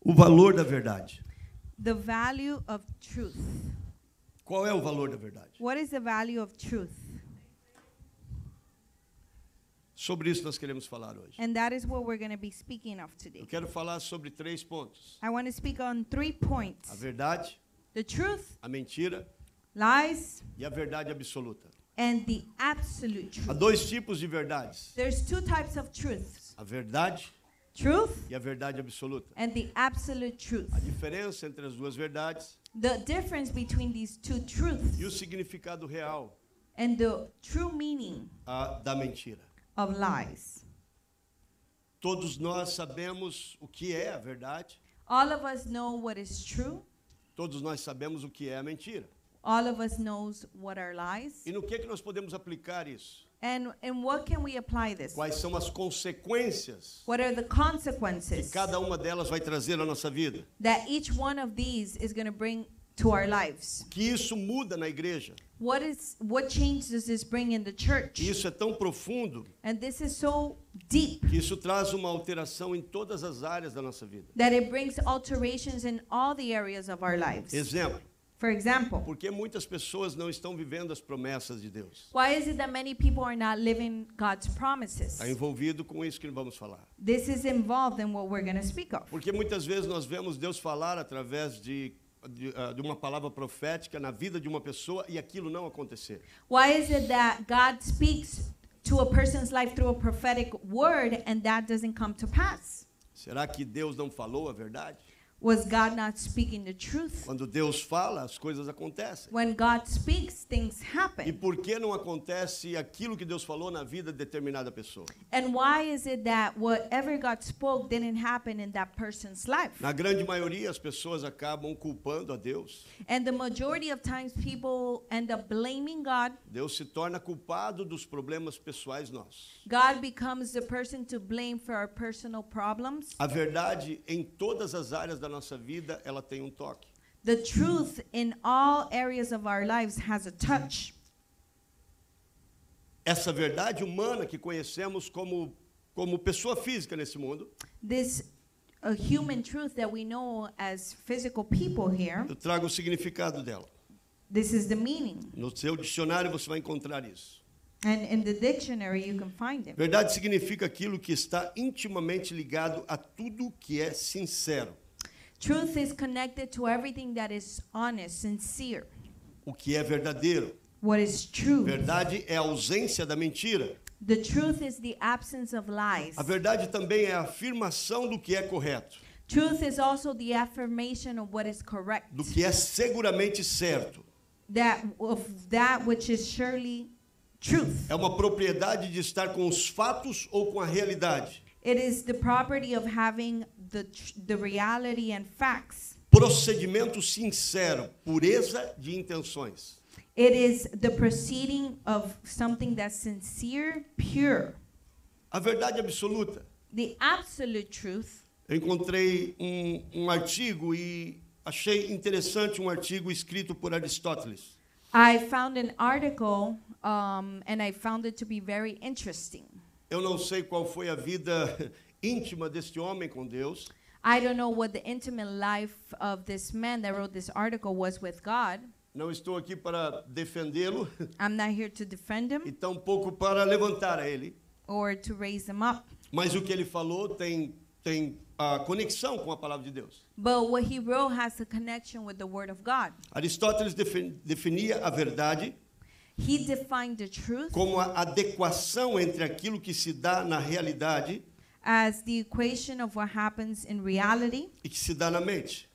o valor da verdade. the value of truth. Qual é o valor da verdade? What is the value of truth? Sobre isso nós queremos falar hoje. And that is what we're going to be speaking of today. Eu quero falar sobre três pontos: I want to speak on three a points verdade, the truth, a mentira lies, e a verdade absoluta. and the absolute Há truth. dois tipos de verdades: There's two types of truths a verdade truth e a verdade absoluta. and the absolute truth. A diferença entre as duas verdades The difference between these two truths e o significado real and the true meaning ah, da mentira. of lies. Todos nós sabemos o que é a verdade, All of us know what is true. todos nós sabemos o que é a mentira. All of us knows what are lies. E no que, que nós podemos aplicar isso? And and what can we apply this? Quais são as consequências What are the que consequences cada uma delas vai trazer à nossa vida? that each one of these is going to bring to our lives? Que isso muda na igreja. What is what change does this bring in the church? E isso é tão profundo And this is so deep que isso traz uma alteração em todas as áreas da nossa vida. that it brings alterations in all the areas of our lives. Exemplo, For example, porque muitas pessoas não estão vivendo as promessas de Deus. why is it that many people are not living God's promises? Está Tá envolvido com isso que vamos falar. This is involved in what we're going to speak of. Porque muitas vezes nós vemos Deus falar através de, de, ah, de uma palavra profética na vida de uma pessoa e aquilo não acontecer. Why is it that God speaks to a person's life through a prophetic word and that doesn't come to pass? Será que Deus não falou a verdade? Was God not speaking the truth? Quando Deus fala, as coisas acontecem. When God speaks, things E happen. por que não acontece aquilo que Deus falou na vida de determinada pessoa? And why is it that whatever God spoke didn't happen in that person's life? Na grande maioria, as pessoas acabam culpando a Deus. And the majority of times people end up blaming God. Deus se torna culpado dos problemas pessoais nossos. God becomes the person to blame for our personal problems. A verdade, em todas as áreas da nossa vida, ela tem um toque. The truth in all areas of our lives has a touch. Essa verdade humana que conhecemos como, como pessoa física nesse mundo, This a human truth that we know as physical people here. eu trago o significado dela. This is the meaning. No seu dicionário você vai encontrar isso. And in the dictionary you can find it. Verdade significa aquilo que está intimamente ligado a tudo que é sincero, Truth is connected to everything that is honest, sincere, o que é verdadeiro. what is true. Verdade é a ausência da mentira. The truth is the absence of lies. A verdade também é a afirmação do que é correto, Truth is also the affirmation of what is correct, do que é seguramente certo. that of that which is surely truth. É uma propriedade de estar com os fatos ou com a realidade. It is the property of having the tr- the reality and facts. Procedimento sincero, pureza de intenções. It is the proceeding of something that's sincere, pure. A verdade absoluta. The absolute truth. Eu encontrei um, um artigo e achei interessante um artigo escrito por Aristóteles. I found an article, um, and I found it to be very interesting. Eu não sei qual foi a vida íntima deste homem com Deus, I don't know what the intimate life of this man that wrote this article was with God. não estou aqui para defendê-lo I'm not here to defend e him tampouco para levantar a ele, or to raise him up. mas o que ele falou tem, tem a conexão com a palavra de Deus. But what he wrote has a connection with the Word of God. Aristóteles defi- definia a verdade He defined the truth como a adequação entre aquilo que se dá na realidade as the equation of what happens in reality e que se dá na mente.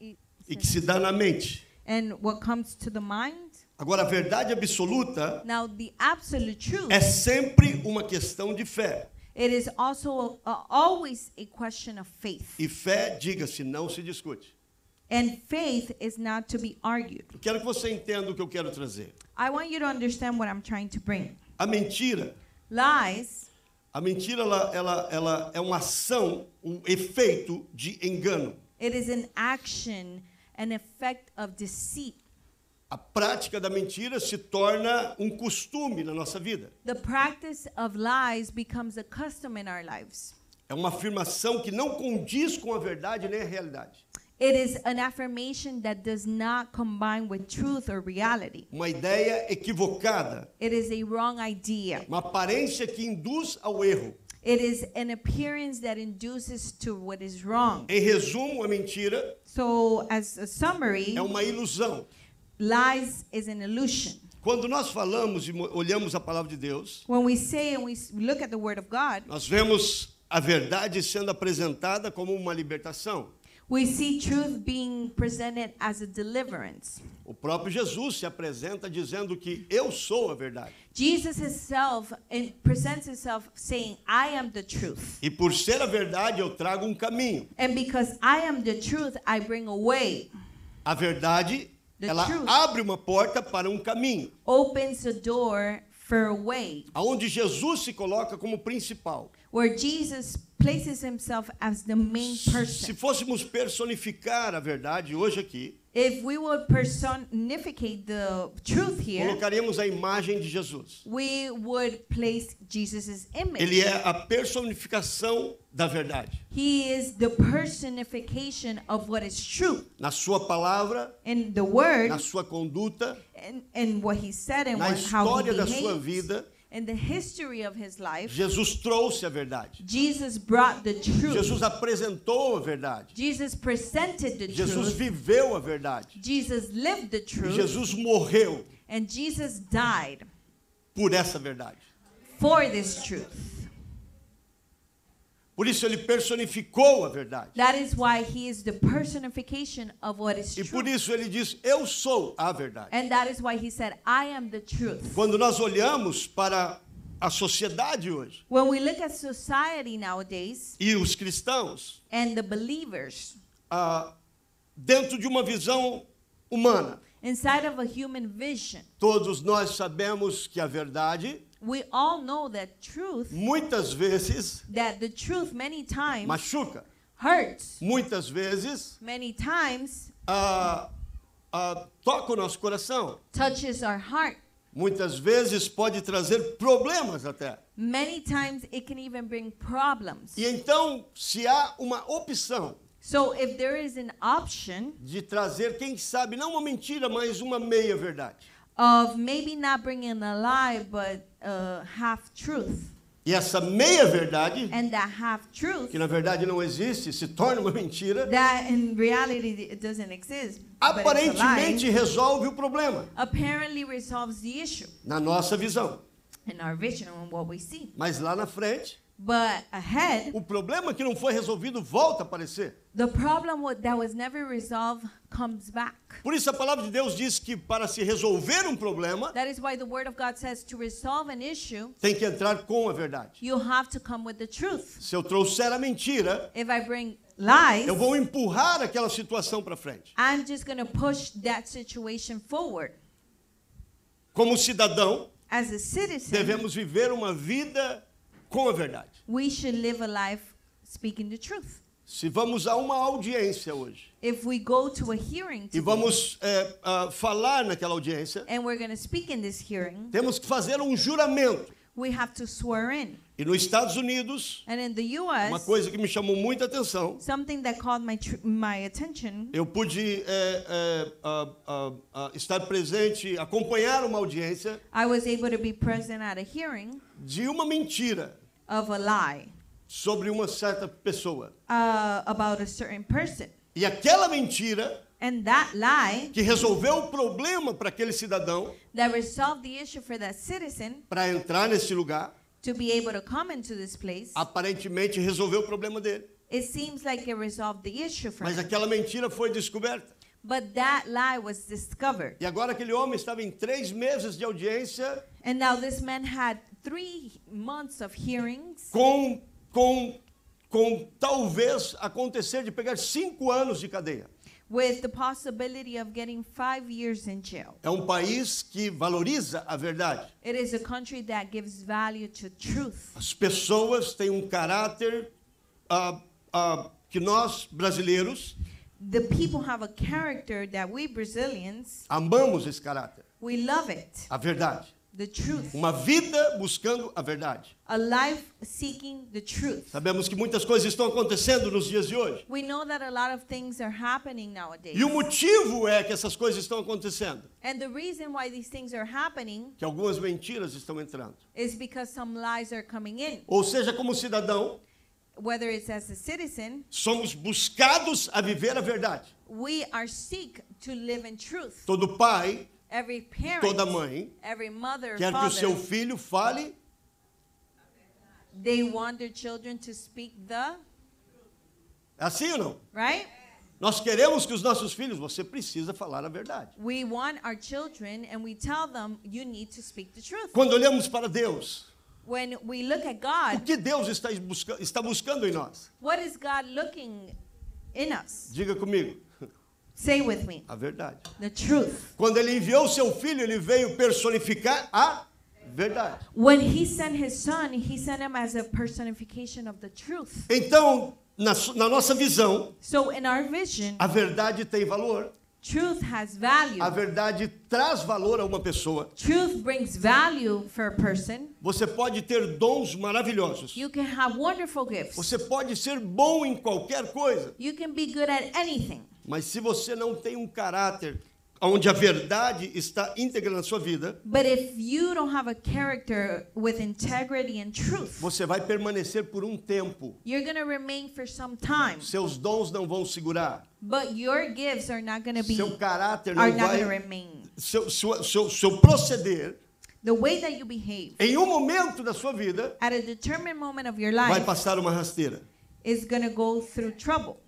E que se dá na mente. and what comes to the mind. Agora, a verdade absoluta Now, the absolute truth, é sempre uma questão de fé. it is also uh, always a question of faith. E fé, diga-se, não se discute. And faith is not to be argued. Eu quero que você entenda o que eu quero trazer. I want you to understand what I'm trying to bring. A mentira, Lies, a mentira ela, ela, ela é uma ação, um efeito de engano. it is an action, an effect of deceit. A prática da mentira se torna um costume na nossa vida. The practice of lies becomes a custom in our lives. É É uma afirmação que não condiz com a verdade nem a realidade. It is an affirmation that does not combine with truth or reality. Uma ideia equivocada, It is a wrong idea. uma aparência que induz ao erro. It is an appearance that induces to what is wrong. Em resumo, a mentira So, as a summary, é uma ilusão. lies is an illusion. Quando nós falamos e mo- olhamos a palavra de Deus, When we say and we s- look at the Word of God, nós vemos a verdade sendo apresentada como uma libertação. we see truth being presented as a deliverance. O próprio Jesus se apresenta dizendo que eu sou a verdade. Jesus himself eh, presents himself saying, I am the truth. E por ser a verdade, eu trago um caminho. And because I am the truth, I bring a way, A verdade, The ela truth. abre uma porta para um caminho, opens a door for a way, aonde Jesus se coloca como principal. where Jesus places himself as the main Se person. fôssemos personificar a verdade hoje aqui, If we would personificate the truth here, colocaríamos a imagem de Jesus. we would place Jesus' Ele image. é a personificação da verdade. He is the personification of what is true Na sua palavra, in the na word sua conduta, and, and what he said and na what, how he história da sua behaved. vida, In the history of his life, Jesus trouxe a verdade. Jesus brought the truth. Jesus apresentou a verdade. Jesus presented the Jesus truth. viveu a verdade. Jesus lived the E truth. Jesus morreu And Jesus died por essa verdade. for this truth. Por isso ele personificou a verdade. That is why he is the personification of what is E por true. isso ele diz: Eu sou a verdade. And that is why he said, I am the truth. Quando nós olhamos para a sociedade hoje When we look at society nowadays e os cristãos, and the believers ah, dentro de uma visão humana, inside of a human vision, todos nós sabemos que a verdade we all know that truth, muitas vezes that the truth many times machuca, hurts. muitas vezes many times ah, ah, toca o nosso coração, touches our heart. muitas vezes pode trazer problemas até. Many times it can even bring problems. E então, se há uma opção So if there is an option de trazer, quem sabe, não uma mentira, mas uma meia verdade. of maybe not bringing a lie but uh, half truth, E essa meia verdade, and that half truth que na verdade não existe, se torna uma mentira, that in reality it doesn't exist, but it's a aparentemente lie, resolve o problema, apparently resolves the issue na nossa visão. in our vision and what we see. Mas lá na frente, But ahead, o problema que não foi resolvido volta a aparecer. the problem wa- that was never resolved comes back. Por isso a palavra de Deus diz que para se resolver um problema, That is why the Word of God says to resolve an issue, tem que entrar com a verdade. you have to come with the truth. Se eu trouxer a mentira, If I bring lies, eu vou empurrar aquela situação para frente. I'm just going to push that situation forward. Como cidadão, As a citizen, devemos viver uma vida com a verdade. we should live a life speaking the truth. Se vamos a uma audiência hoje If we go to a hearing e today, vamos é, ah, falar naquela audiência, and we're going to speak in this hearing, temos que fazer um juramento. we have to swear in. E nos Estados Unidos, And in the uma U.S., coisa que me chamou muita atenção, something that caught my, tr- my attention, eu pude é, é, ah, ah, ah, estar presente, acompanhar uma audiência I was able to be present at a hearing de uma mentira of a lie sobre uma certa pessoa. uh, about a certain person. E aquela mentira And that lie que resolveu o problema para aquele cidadão that resolved the issue for that citizen para entrar nesse lugar, to be able to come into this place, aparentemente resolveu o problema dele. it seems like it resolved the issue for Mas him. aquela mentira foi descoberta. But that lie was discovered. E agora aquele homem estava em três meses de audiência And now this man had three months of hearings com, com, com talvez acontecer de pegar cinco anos de cadeia. with the possibility of getting five years in jail. É um país que valoriza a verdade. It is a country that gives value to truth. As pessoas têm um caráter ah, ah, que nós, brasileiros, The people have a character that we Brazilians, amamos esse caráter, we love it, a verdade. the truth, Uma vida buscando a verdade. a life seeking the truth. Sabemos que muitas coisas estão acontecendo nos dias de hoje. We know that a lot of things are happening nowadays. E o motivo é que essas coisas estão acontecendo, And the reason why these things are happening que algumas mentiras estão entrando. is because some lies are coming in. Ou seja, como cidadão, Whether it's as a citizen, somos buscados a viver a verdade. we are seek to live in truth. Todo pai, Every parent, toda mãe every mother, quer que o seu father, filho fale they want their children to speak the É assim ou não? right. Nós queremos que os nossos filhos, você precisa falar a verdade. We want our children, and we tell them you need to speak the truth. Quando olhamos para Deus, When we look at o God, que Deus está busca- está buscando em nós? what is God looking in us? Diga comigo, Say with me, a verdade. the truth. Quando ele enviou o seu filho, ele veio personificar a verdade. When he sent his son, he sent him as a personification of the truth. Então, na, su- na nossa visão, So in our vision, a verdade tem valor, truth has value. a verdade traz valor a uma pessoa. Truth brings value for a person. Você pode ter dons maravilhosos, You can have wonderful gifts. você pode ser bom em qualquer coisa, You can be good at anything. mas se você não tem um caráter onde a verdade está íntegra na sua vida, But if you don't have a character with integrity and truth, você vai permanecer por um tempo. you're going to remain for some time. Seus dons não vão segurar, But your gifts are not going to be seu caráter are não not going to vai. remain. Seu, sua- seu, seu proceder The way that you behave em um momento da sua vida, at a determined moment of your vai life passar uma rasteira. is going to go through trouble.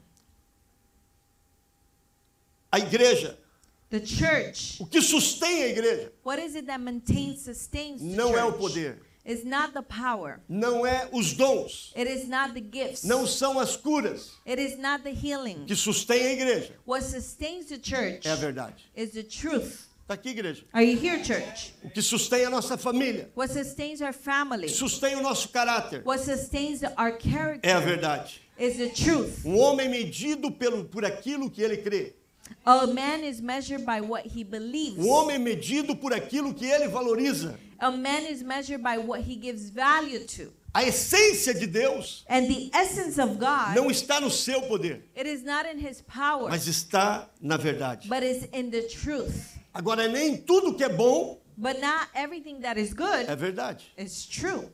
A igreja, The church o que sustém a igreja, What is it that maintains, sustains the Não church? é o poder. It's not the power. não é os dons, It is not the gifts. não são as curas It is not the healing. que sustém a igreja, What sustains the church é a verdade. is the truth. Está Tá aqui, igreja. Are you here, church? O que sustém a nossa família, What sustains our o family? que sustém o nosso caráter, What sustains our character é a verdade. is the truth. Um homem medido pelo, por aquilo que ele crê. A man is measured by what he believes. Um homem medido por aquilo que ele valoriza. A man is measured by what he gives value to. A essência de Deus And the essence of God, não está no seu poder, it is not in his power, mas está na verdade. but is in the truth. Agora, nem tudo que é bom But not everything that is good é verdade. It's true.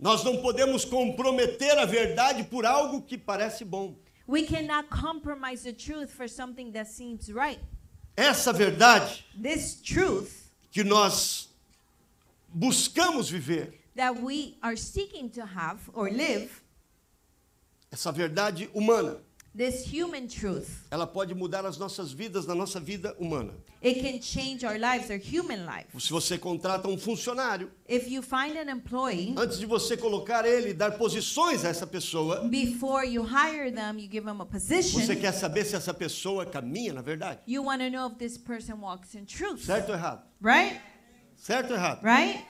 Nós não podemos comprometer a verdade por algo que parece bom. We cannot compromise the truth for something that seems right. Essa verdade This truth que nós buscamos viver, that we are seeking to have or live, essa verdade humana, this human truth, ela pode mudar as nossas vidas, na nossa vida humana. it can change our lives, our human life. Se você contrata um funcionário, If you find an employee, antes de você colocar ele, dar posições a essa pessoa, before you hire them, you give them a você position, quer saber se essa pessoa caminha na verdade. you want to know if this person walks in truth. Certo ou errado? Right? Certo ou errado? Right?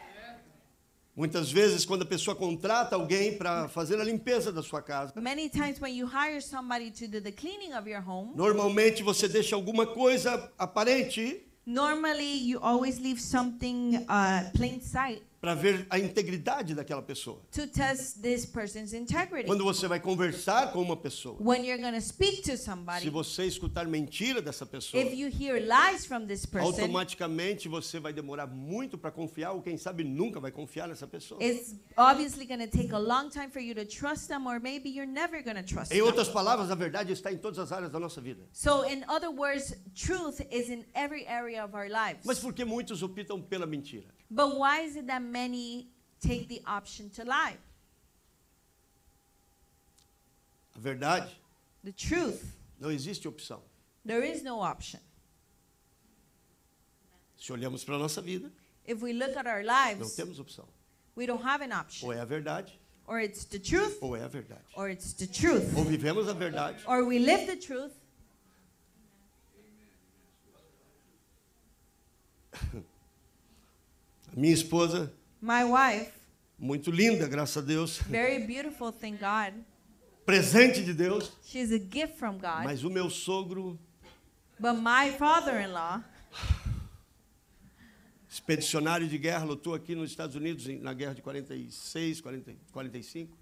Muitas vezes, quando a pessoa contrata alguém para fazer a limpeza da sua casa, Many times when you hire somebody to do the cleaning of your home, Normalmente você deixa alguma coisa aparente normally you always leave something uh, plain sight para ver a integridade daquela pessoa. to test this person's integrity. Quando você vai conversar com uma pessoa, when you're going to speak to se somebody, você escutar mentira dessa pessoa, if you hear lies from this person, automaticamente você vai demorar muito para confiar ou quem sabe nunca vai confiar nessa pessoa. it's obviously going to take a long time for you to trust them, or maybe you're never going to trust Em them. outras palavras, a verdade está em todas as áreas da nossa vida. So, in other words, truth is in every area of our lives. Mas por que muitos optam pela mentira? But why is it that many take the option to lie? A verdade The truth, não existe opção. there is no option. Se olhamos para a nossa vida, If we look at our não lives, temos opção. we don't have an option. Ou é a verdade, Or it's the truth, ou é a verdade. or it's the truth. Ou vivemos a verdade, Or we live the truth, A Minha esposa, My wife, muito linda, graças a Deus, very beautiful, thank God. presente de Deus, She's a gift from God. mas o meu sogro, but my father in law, expedicionário de guerra, lutou aqui nos Estados Unidos em- na guerra de 46, 40, 45.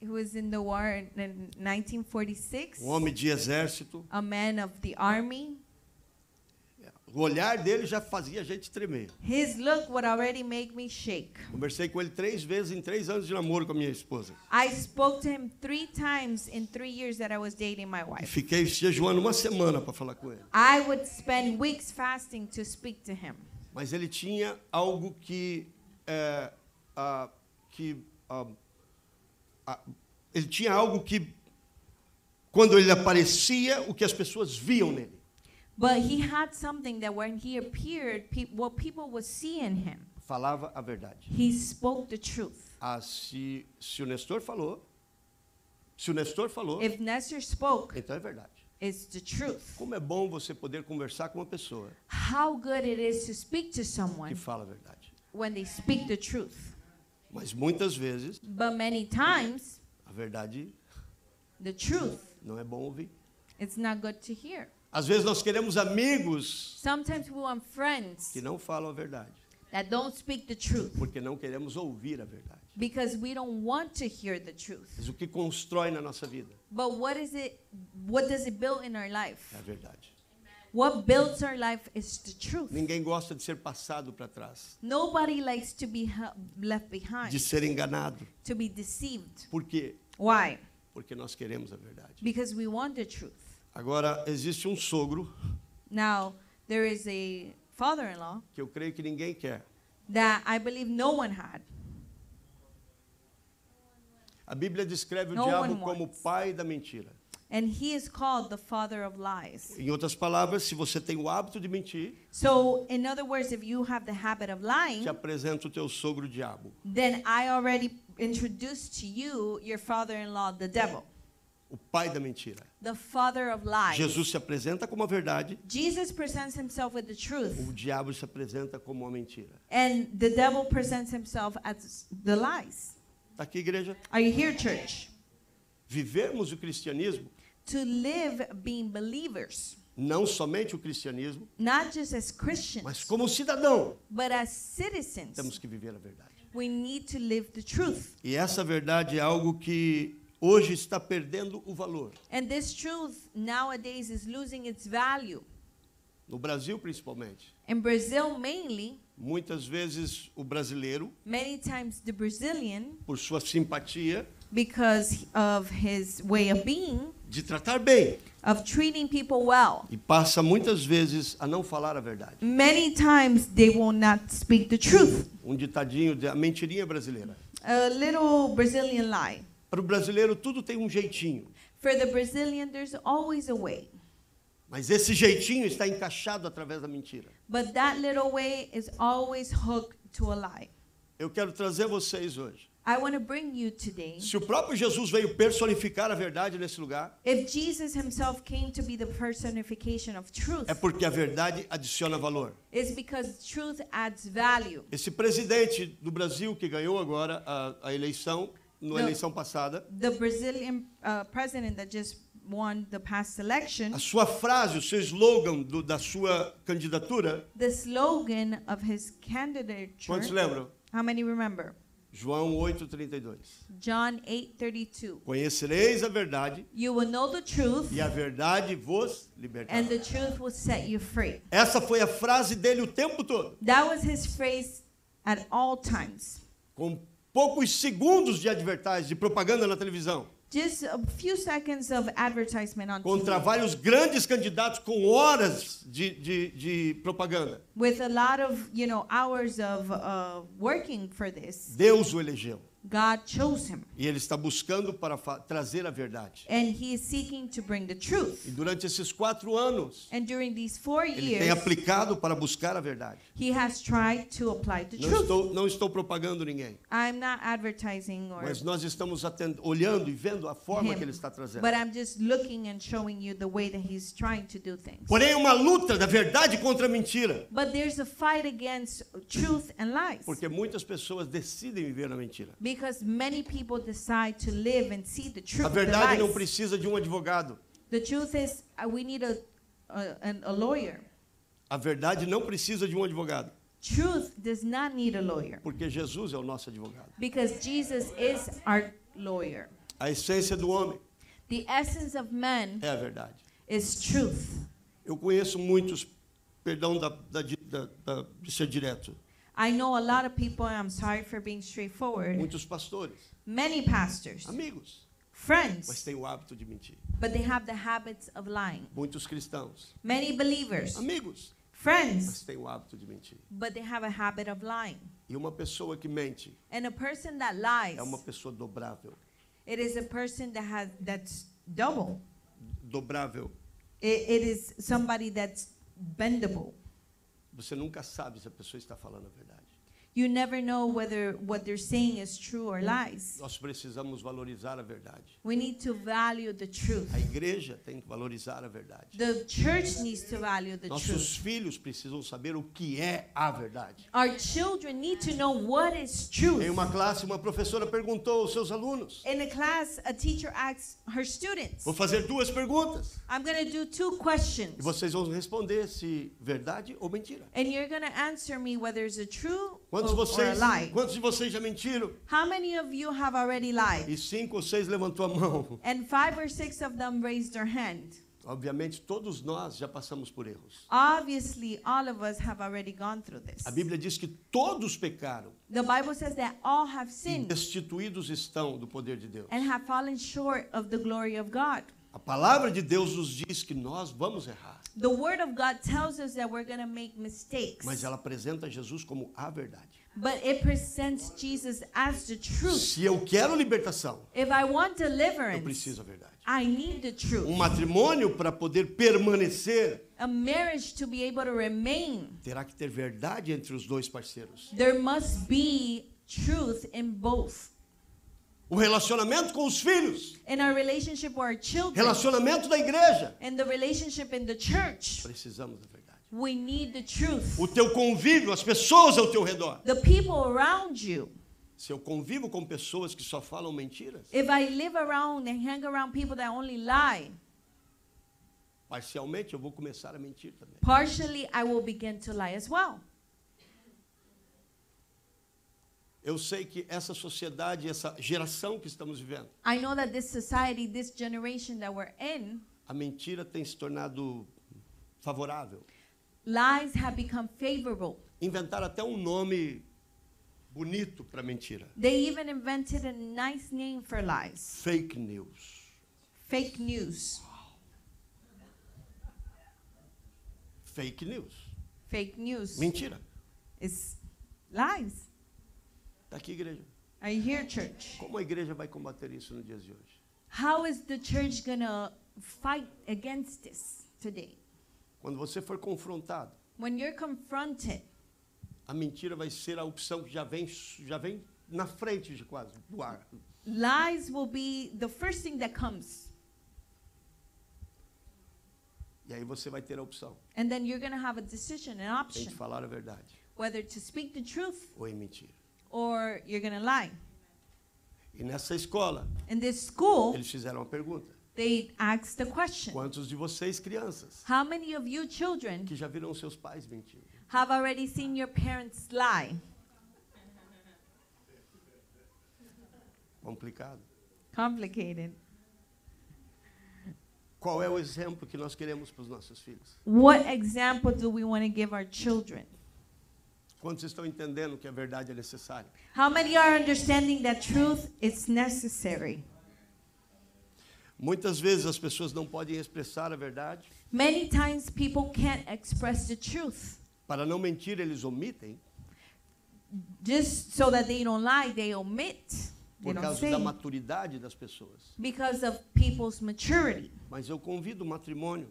He was in the war in 1946. Um homem de exército. A man of the army. O olhar dele já fazia a gente tremer. His look would already make me shake. Conversei com ele três vezes em três anos de namoro com a minha esposa. I spoke to him three times in three years that I was dating my E wife. fiquei jejuando uma semana para falar com ele. I would spend weeks fasting to speak to him. Mas ele tinha algo que. é, ah, que ah, ah, ele tinha algo que, quando ele aparecia, o que as pessoas viam nele. But he had something that when he appeared, pe- what people would see in him, Falava a verdade. he spoke the truth. Ah, se, se o Nestor falou, se o Nestor falou, If Nestor spoke, então é verdade. it's the truth. Como é bom você poder conversar com uma pessoa How good it is to speak to que someone fala a verdade. when they speak the truth. Mas muitas vezes, But many times, a verdade the truth, não é bom ouvir. it's not good to hear. Às vezes nós queremos amigos Sometimes we want friends que não falam a verdade, that don't speak the truth porque não queremos ouvir a verdade. because we don't want to hear the truth. Mas o que constrói na nossa vida But what is it? What does it build in our é a life? verdade. What builds our life is the truth. Ninguém gosta de ser passado para trás, Nobody likes to be he- left de behind, ser enganado. to be deceived. Por quê? Why? Porque nós queremos a verdade. Because we want the truth. Agora, existe um sogro Now, there is a father in law que eu creio que ninguém quer. that I believe no one had. A Bíblia descreve o No diabo one como o wants. pai da mentira. And he is called the father of lies. Em outras palavras, se você tem o hábito de mentir, So, in other words, if you have the habit of lying, te apresenta o teu sogro diabo. then I already introduced to you your father in law, the devil, o pai da mentira. the father of lies. Jesus se apresenta como a verdade, Jesus presents himself with the o truth, diabo se apresenta como a mentira. and the devil presents himself as the lies. Está Tá aqui, igreja? Are you here, church? Vivermos o cristianismo, To live being believers, não somente o cristianismo, not just mas as Christians, como um cidadão, but as citizens, temos que viver a verdade. we need to live the truth. E essa verdade é algo que hoje está perdendo o valor, And this truth nowadays is losing its value. no Brasil principalmente. In Brazil, mainly, Muitas vezes o brasileiro, many times the Brazilian por sua simpatia because of his way of being, de tratar bem, of treating people well. e passa muitas vezes a não falar a verdade. Many times they will not speak the truth. Um ditadinho da mentirinha brasileira. A little Brazilian lie. Para o brasileiro tudo tem um jeitinho. For the Brazilian, there's always a way, Mas esse jeitinho está encaixado através da mentira. but that little way is always hooked to a lie. Eu quero trazer vocês hoje. I want to bring you today. Se o próprio Jesus veio personificar a verdade nesse lugar, If Jesus himself came to be the personification of truth, é porque a verdade adiciona valor. it's because truth adds value. Esse presidente do Brasil que ganhou agora a, a eleição, na Não. eleição passada, The Brazilian uh, president that just won the past election a sua frase, o seu slogan do- da sua candidatura, The slogan of his candidature. quantos lembram? How many remember? João 8,32. John 8:32. Conhecereis a verdade You will know the truth, e a verdade vos and libertará. the truth will set you free. Essa foi a frase dele o tempo todo. That was his phrase at all times. com poucos segundos de advertise, de propaganda na televisão, Just a few seconds of advertisement on contra TV vários grandes candidatos com horas de, de, de propaganda. with a lot of you know hours of uh, working for this. Deus o elegeu God chose him, e ele está buscando para fa- trazer a verdade. and he is seeking to bring the E truth. durante esses quatro anos, And during these four ele tem years, aplicado para buscar a verdade. he has tried to apply the Não truth. estou, não estou propagando ninguém, I'm not advertising or mas nós estamos atend- olhando e vendo a forma him, que ele está trazendo. but I'm just looking and showing you the way that he's trying to do things. Porém, é uma luta da verdade contra a mentira, But there's a fight against truth and lies porque muitas pessoas decidem viver na mentira. because many people decide to live and see the truth. A the verdade não lies. precisa de um advogado. The truth is uh, we need a, a, an- a lawyer. A verdade não precisa de um advogado. Truth does not need a lawyer porque Jesus é o nosso advogado. because Jesus is our lawyer. A essência do homem The essence of man é a verdade. is truth. Eu conheço muitos, perdão da, da, di- da- da- de ser direto, I know a lot of people, and I'm sorry for being straightforward, muitos pastores, many pastors, amigos, mas friends, têm o hábito de mentir. but they have the habits of lying. Muitos cristãos, Many believers, amigos, mas friends, têm o hábito de mentir. but they have a habit of lying. E uma pessoa que mente And a person that lies, é uma pessoa dobrável. it is a person that has that's double. Dobrável. It, it is somebody that's bendable. Você nunca sabe se a pessoa está falando a verdade. You never know whether what they're saying is true or lies. Nós precisamos valorizar a verdade. We need to value the truth. A igreja tem que valorizar a verdade. The church needs to value the Nossos truth. filhos precisam saber o que é a verdade. Our children need to know what is truth. Em uma classe, uma professora perguntou aos seus alunos: In a class, a teacher asks her students, Vou fazer duas perguntas. I'm going to do two E questions. vocês vão responder se verdade ou mentira. And you're going to answer me whether it's a true or, Quantos, or a vocês, lie. quantos de vocês já mentiram? How many of you have already lied? E cinco ou seis levantou a mão. And five or six of them raised their hand. Obviamente, todos nós já passamos por erros. Obviously, all of us have already gone through this. A Bíblia diz que todos pecaram The Bible says that all have e sinned destituídos estão do poder de Deus. and have fallen short of the glory of God. A palavra de Deus nos diz que nós vamos errar, The Word of God tells us that we're going to make mistakes, mas ela apresenta Jesus como a verdade. but it presents Jesus as the truth. Se eu quero libertação, If I want eu deliverance, preciso da verdade. I need the Um truth. matrimônio, para poder permanecer, A marriage to be able to remain, terá que ter verdade entre os dois parceiros. there must be truth in both. O relacionamento com os filhos, In our relationship with our children, relacionamento da igreja, in the relationship in the church, precisamos da verdade. we need the truth. O teu convívio, as pessoas ao teu redor. The people around you, Se eu convivo com pessoas que só falam mentiras, if I live around and hang around people that only lie, parcialmente eu vou começar a mentir também. partially I will begin to lie as well. Eu sei que essa sociedade, essa geração que estamos vivendo, I know that this society, this generation that we're in, a mentira tem se tornado favorável. lies have become favorable. Inventaram até um nome bonito para mentira: They even invented a nice name for lies fake news. fake news. Fake news. Fake news Mentira. is lies. Está Tá aqui, igreja. Are you here, church? Como a igreja vai combater isso nos dias de hoje? How is the church going to fight against this today? Quando você for confrontado, When you're confronted, a mentira vai ser a opção que já vem, já vem na frente de quase do ar. lies will be the first thing that comes. E aí você vai ter a opção And then you're going to have a decision, an option, entre falar a verdade whether to speak the truth ou em mentira. or you're going to lie. E nessa escola, In this school, eles fizeram uma pergunta: they asked the question Quantos de vocês, crianças, How many of you children que já viram seus pais mentindo? have already seen your parents lie? Complicado. Complicated. Qual é o exemplo que nós queremos para os nossos filhos? What example do we want to give our children? Quantos estão entendendo que a verdade é necessária? How many are understanding that truth is necessary? Muitas vezes as pessoas não podem expressar a verdade. Many times people can't express the truth. Para não mentir, eles omitem Just so that they don't lie, they omit. por They don't causa da say. maturidade das pessoas. Because of people's maturity. Mas eu convido o matrimônio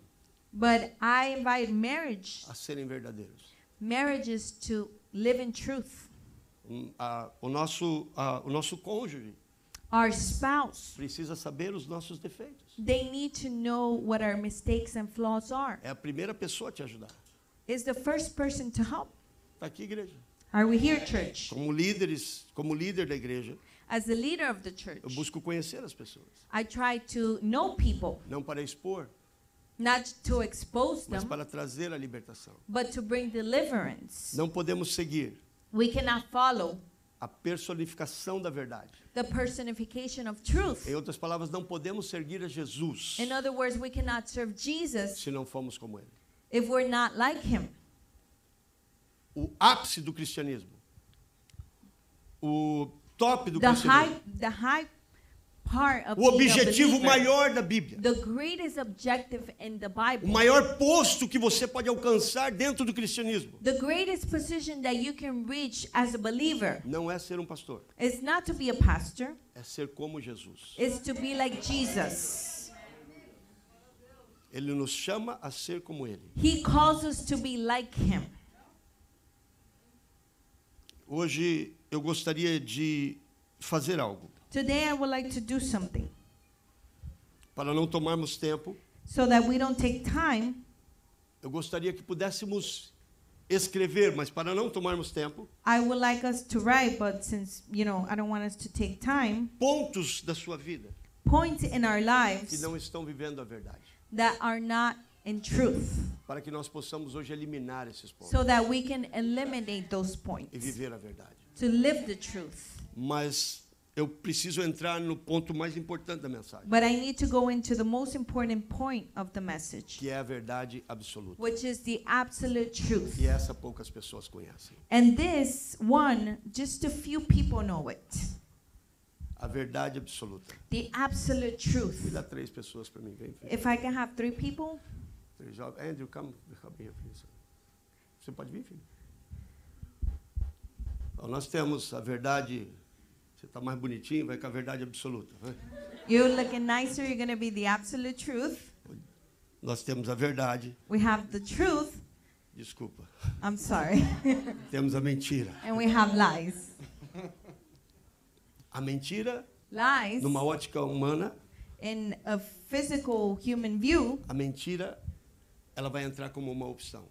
But I invite marriage, a serem verdadeiros. marriages to live in truth. Um, a- o, nosso, a- o nosso cônjuge Our spouse, precisa saber os nossos defeitos. they need to know what our mistakes and flaws are. É a primeira pessoa a te ajudar. Is the first person to help. Está aqui, igreja. Are we here, church? Como líderes, como líder da igreja, As the leader of the church, eu busco conhecer as pessoas, I try to know people, não para expor, not to expose mas them, para trazer a libertação. but to bring deliverance. Não podemos seguir We cannot follow a personificação da verdade. the personification of truth. Em outras palavras, não podemos seguir a Jesus In other words, we cannot serve Jesus se não formos como ele. if we're not like him. O ápice do cristianismo, o top do The high, cristianismo, the high part of o being é a objetivo believer, maior da Bíblia, the greatest objective in the o Bible, maior posto que você pode alcançar dentro do cristianismo, the greatest position that you can reach as a believer não é ser um pastor, is not to be a pastor, é ser como Jesus. is to be like Jesus. Ele nos chama a ser como ele. He calls us to be like him. Hoje eu gostaria de fazer algo Today I would like to do something para não tomarmos tempo. so that we don't take time. Eu gostaria que pudéssemos escrever, mas para não tomarmos tempo, I would like us to write, but since, you know, I don't want us to take time, pontos da sua vida points in our que lives não estão vivendo a verdade, that are not in truth para que nós possamos hoje eliminar esses pontos so that we can eliminate those e points viver a verdade. to live the truth. Mas eu preciso entrar no ponto mais importante da mensagem, But I need to go into the most important point of the message, que é a verdade absoluta. which is the absolute truth. E essa poucas pessoas conhecem. And this one, just a few people know it. A verdade absoluta. The absolute Me truth. dá três pessoas para mim, vem. vem. If I can have three people, Três jovens. Andrew, come, come here, please. Você pode vir, filho? Bom, nós temos a verdade. Você está mais bonitinho, vai com a verdade absoluta. Vai. you're looking nicer, you're going to be the absolute truth. Nós temos a verdade, We have the truth, desculpa. I'm sorry, Temos a mentira. and we have lies. A mentira, Lies, numa ótica humana, in a physical human view, a mentira, ela vai entrar como uma opção.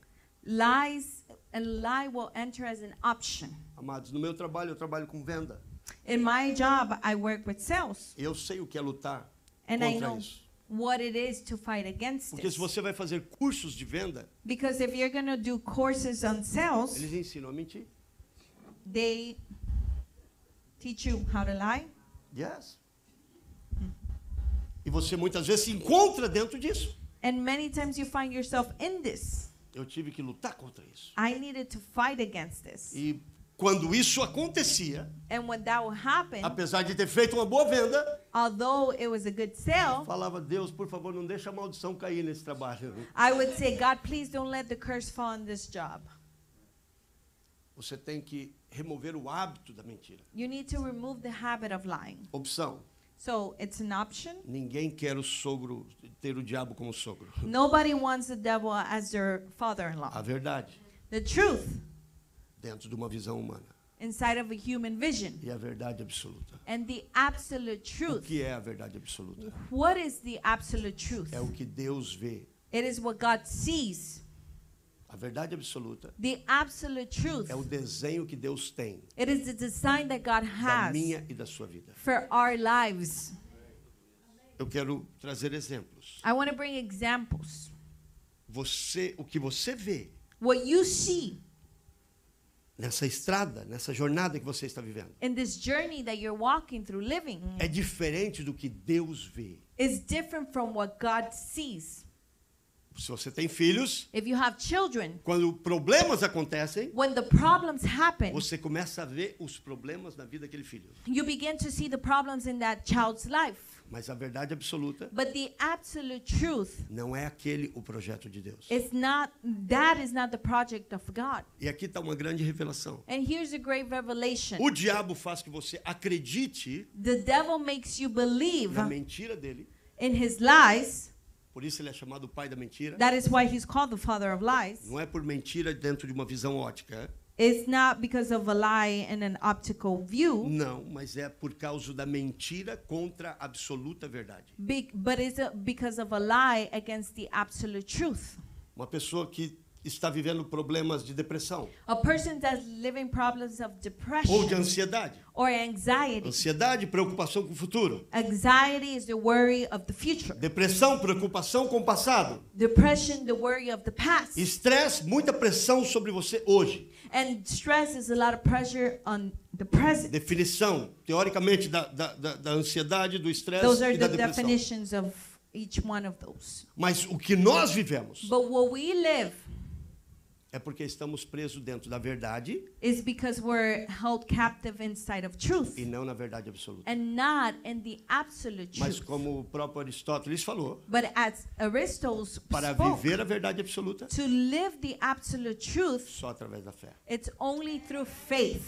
lies, a lie will enter as an option. Amados, no meu trabalho, eu trabalho com venda. In my job, I work with sales, Eu sei o que é lutar and I contra know isso. what it is to fight against Porque se it. você vai fazer cursos de venda, Because if you're going to do courses on sales, eles ensinam a mentir. they teach you how to lie. Yes. E você muitas vezes se encontra dentro disso. And many times you find yourself in this. Eu tive que lutar contra isso. I needed to fight against this. E quando isso acontecia, And when that would happen, apesar de ter feito uma boa venda, although it was a good sale, falava: Deus, por favor, não deixa a maldição cair nesse trabalho. I would say, God, please don't let the curse fall on this job. Você tem que remover o hábito da mentira. You need to remove the habit of lying. Opção: So it's an option. ninguém quer o sogro ter o diabo como sogro. Nobody wants the devil as their father in A law. verdade The truth dentro de uma visão humana inside of a human vision e a verdade absoluta. and the absolute O truth. que é a verdade absoluta? What is the absolute truth? É o que Deus vê. It is what God sees. A verdade absoluta The absolute truth. é o desenho que Deus tem It is the design that God da has minha e da sua vida. for our lives. Eu quero trazer exemplos. I want to bring examples. Você, o que você vê What you see nessa estrada, nessa jornada que você está vivendo, in this journey that you're walking through living é diferente do que Deus vê. is different from what God sees. Se você tem filhos, If you have children, quando problemas acontecem, when the problems happen, você começa a ver os problemas na vida daquele filho. you begin to see the problems in that child's life. Mas a verdade absoluta But the absolute truth não é aquele o projeto de Deus. is not, that is not the project of God. E aqui está uma grande revelação. And here's a great revelation O diabo faz que você acredite the devil makes you believe na mentira dele, in his lies. por isso ele é chamado o pai da mentira. That is why he's called the father of lies. Não é por mentira dentro de uma visão ótica. é? It's not because of a lie in an optical view, Não, mas é por causa da mentira contra a absoluta verdade. be- but it's a, because of a lie against the absolute truth. Uma pessoa que está vivendo problemas de depressão A person that's living problems of ou de depression ansiedade. or anxiety. Ansiedade, preocupação com o futuro. Anxiety is the worry of the future. Depressão, preocupação com o passado. Depression, the worry of the past. Estresse, muita pressão sobre você hoje. And stress is a lot of pressure on the present. Definição, teoricamente, da, da, da, da ansiedade, do Those estresse are e da the depressão. definitions of each one of those. Mas o que nós vivemos But what we live é porque estamos presos dentro da verdade is because we're held captive inside of truth e não na verdade absoluta. and not in the absolute Mas truth. como o próprio Aristóteles falou, But as Aristotle para spoke, viver a verdade absoluta, to live the absolute truth, só através da fé. it's only through faith.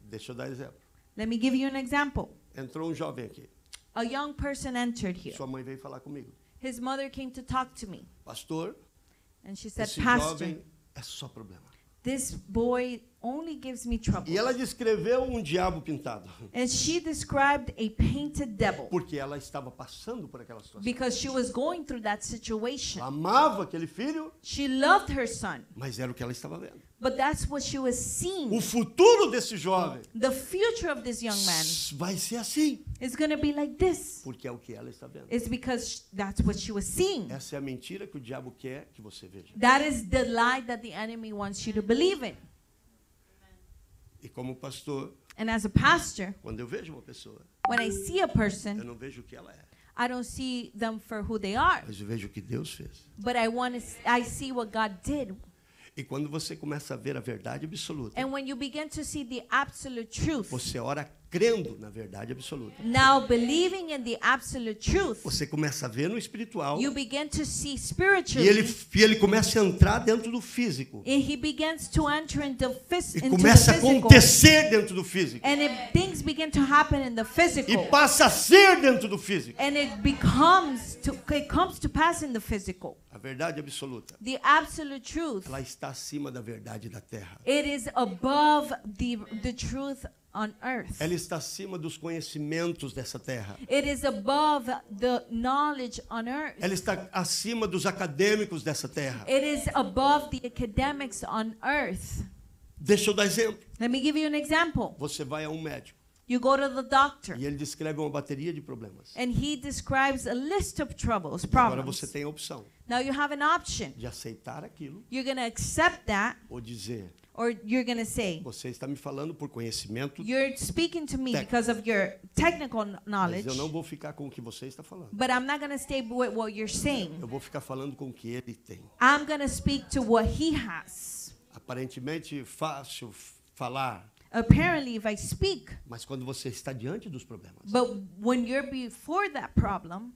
Deixa eu dar exemplo. Let me give you an example. Entrou um jovem aqui. A young person entered here. Sua mãe veio falar comigo. His mother came to talk to me, Pastor, and she said, esse Pastor, jovem é só problema. this boy only gives me trouble. E ela descreveu um diabo pintado, And she described a painted devil porque ela estava passando por aquela situação. because she was going through that situation. Ela amava aquele filho, She loved her son, mas era o que ela estava vendo. but that's what she was O seeing. futuro desse jovem The future of this young man vai ser assim, is going to be like this. porque é o que ela está vendo. It's because sh- that's what she was seeing. Essa é a mentira que o diabo quer que você veja. That is the lie that the enemy wants you to believe in. E como pastor, And as a pastor, quando eu vejo uma pessoa, when I see a eu person, não vejo o que ela é, I don't see them for who they are, mas eu vejo o que Deus fez. but I want to I see what God did. E quando você começa a ver a verdade absoluta, And when you begin to see the absolute truth, você ora crendo na verdade absoluta. Now, believing in the absolute truth, Você começa a ver no espiritual you begin to see E ele, spiritually, e ele começa a entrar dentro do físico. and he begins to enter into, phys- E into the começa a physical, acontecer dentro do físico. and it, things begin to happen in the E physical, passa a ser dentro do físico. and it becomes to it comes to pass in the physical. A verdade absoluta. The absolute truth, Ela está acima da verdade da terra. it is above the the truth on earth. Ela está acima dos conhecimentos dessa terra. It is above the knowledge on earth. Ela está acima dos acadêmicos dessa terra. It is above the academics on earth. Deixa eu dar exemplo. Let me give you an example. Você vai a um médico You go to the doctor, e ele descreve uma bateria de problemas. and he describes a list of troubles, Agora você problems. tem a opção Now you have an option. de aceitar aquilo You're going to accept that, ou dizer: or you're going to say, Você está me falando por conhecimento, You're speaking to me Tec- because of your technical kn- mas knowledge, eu não vou ficar com o que você está falando. but I'm not going to stay with what you're Eu saying. vou ficar falando com o que ele tem. I'm going to speak to what he has. Aparentemente fácil f- falar, Apparently, if I speak, mas quando você está diante dos problemas, but when you're before that problem,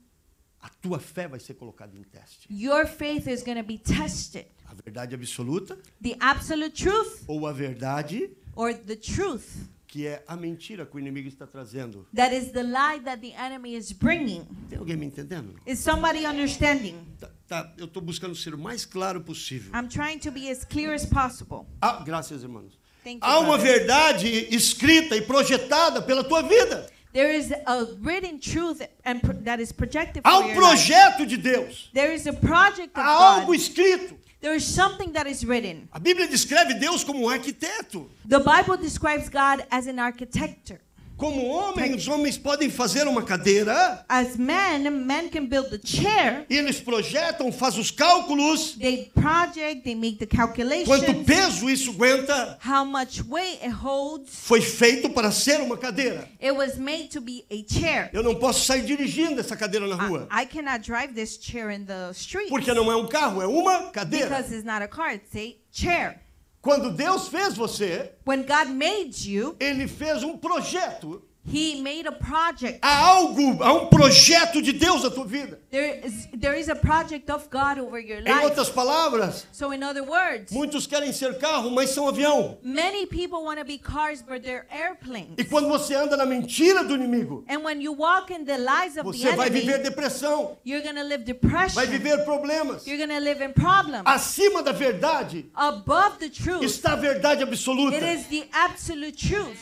a tua fé vai ser colocada em teste. your faith is going to be tested. A verdade absoluta The absolute truth ou a verdade or the truth que é a mentira que o inimigo está trazendo. That is the lie that the enemy is bringing. Tem alguém me entendendo? Is somebody understanding? Tá, tá, eu estou buscando ser o mais claro possível. I'm trying to be as clear as possible. Ah, graças, irmãos. Thank you, Há uma brother. verdade escrita e projetada pela tua vida. There is a written truth and pro- that is projected for Há um your life. projeto de Deus. There is a project of Há algo God. escrito. There is something that is written. A Bíblia descreve Deus como um arquiteto. The Bible describes God as an architect. Como homens, os homens podem fazer uma cadeira, As men, men can build the chair. e eles projetam, fazem os cálculos, They project, they make the quanto calculations, peso isso aguenta. how much weight it holds. Foi feito para ser uma cadeira. It was made to be a chair. Eu não posso sair dirigindo essa cadeira na I, rua, I cannot drive this chair in the street. porque não é um carro, é uma cadeira. Because it's not a car, it's a chair. Quando Deus fez você, When God made you, Ele fez um projeto. He made a project. Há algo, há um projeto de Deus na tua vida. There is there is a project of God over your Em life. outras palavras, So in other words, muitos querem ser carro, mas são avião. many people want to be cars, but they're airplanes. E quando você anda na mentira do inimigo, And when you walk in the lies of the você vai viver enemy, depressão, you're gonna live vai depression. viver problemas. You're gonna live in problems. Acima da verdade Above the truth, está a verdade absoluta. it is the absolute truth.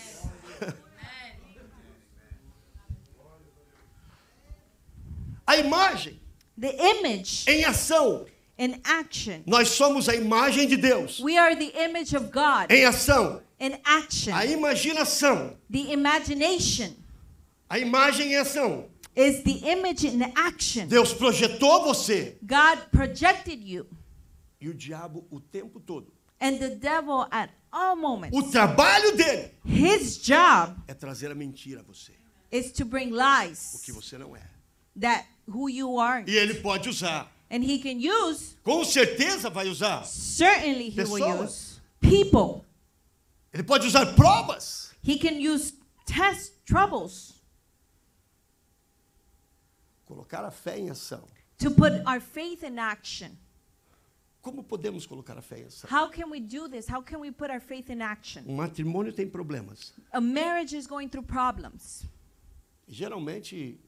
A imagem The image em ação in action. Nós somos a imagem de Deus We are the image of God em ação. in action. A imaginação, The imagination a imagem em ação. is the image in action. Deus projetou você God projected you, e o diabo o tempo todo. and the devil at all moments. O trabalho dele His job é trazer a mentira a você, is to bring o lies que você não é. that who you aren't, E ele pode usar. and he can use. Com certeza vai usar. Certainly, he will Pessoas. use people. Ele pode usar provas. He can use test troubles Colocar a fé em ação. to put our faith in action. Como podemos colocar a fé em ação? How can we do this? How can we put our faith in action? Um matrimônio tem problemas. A marriage is going through problems. Geralmente,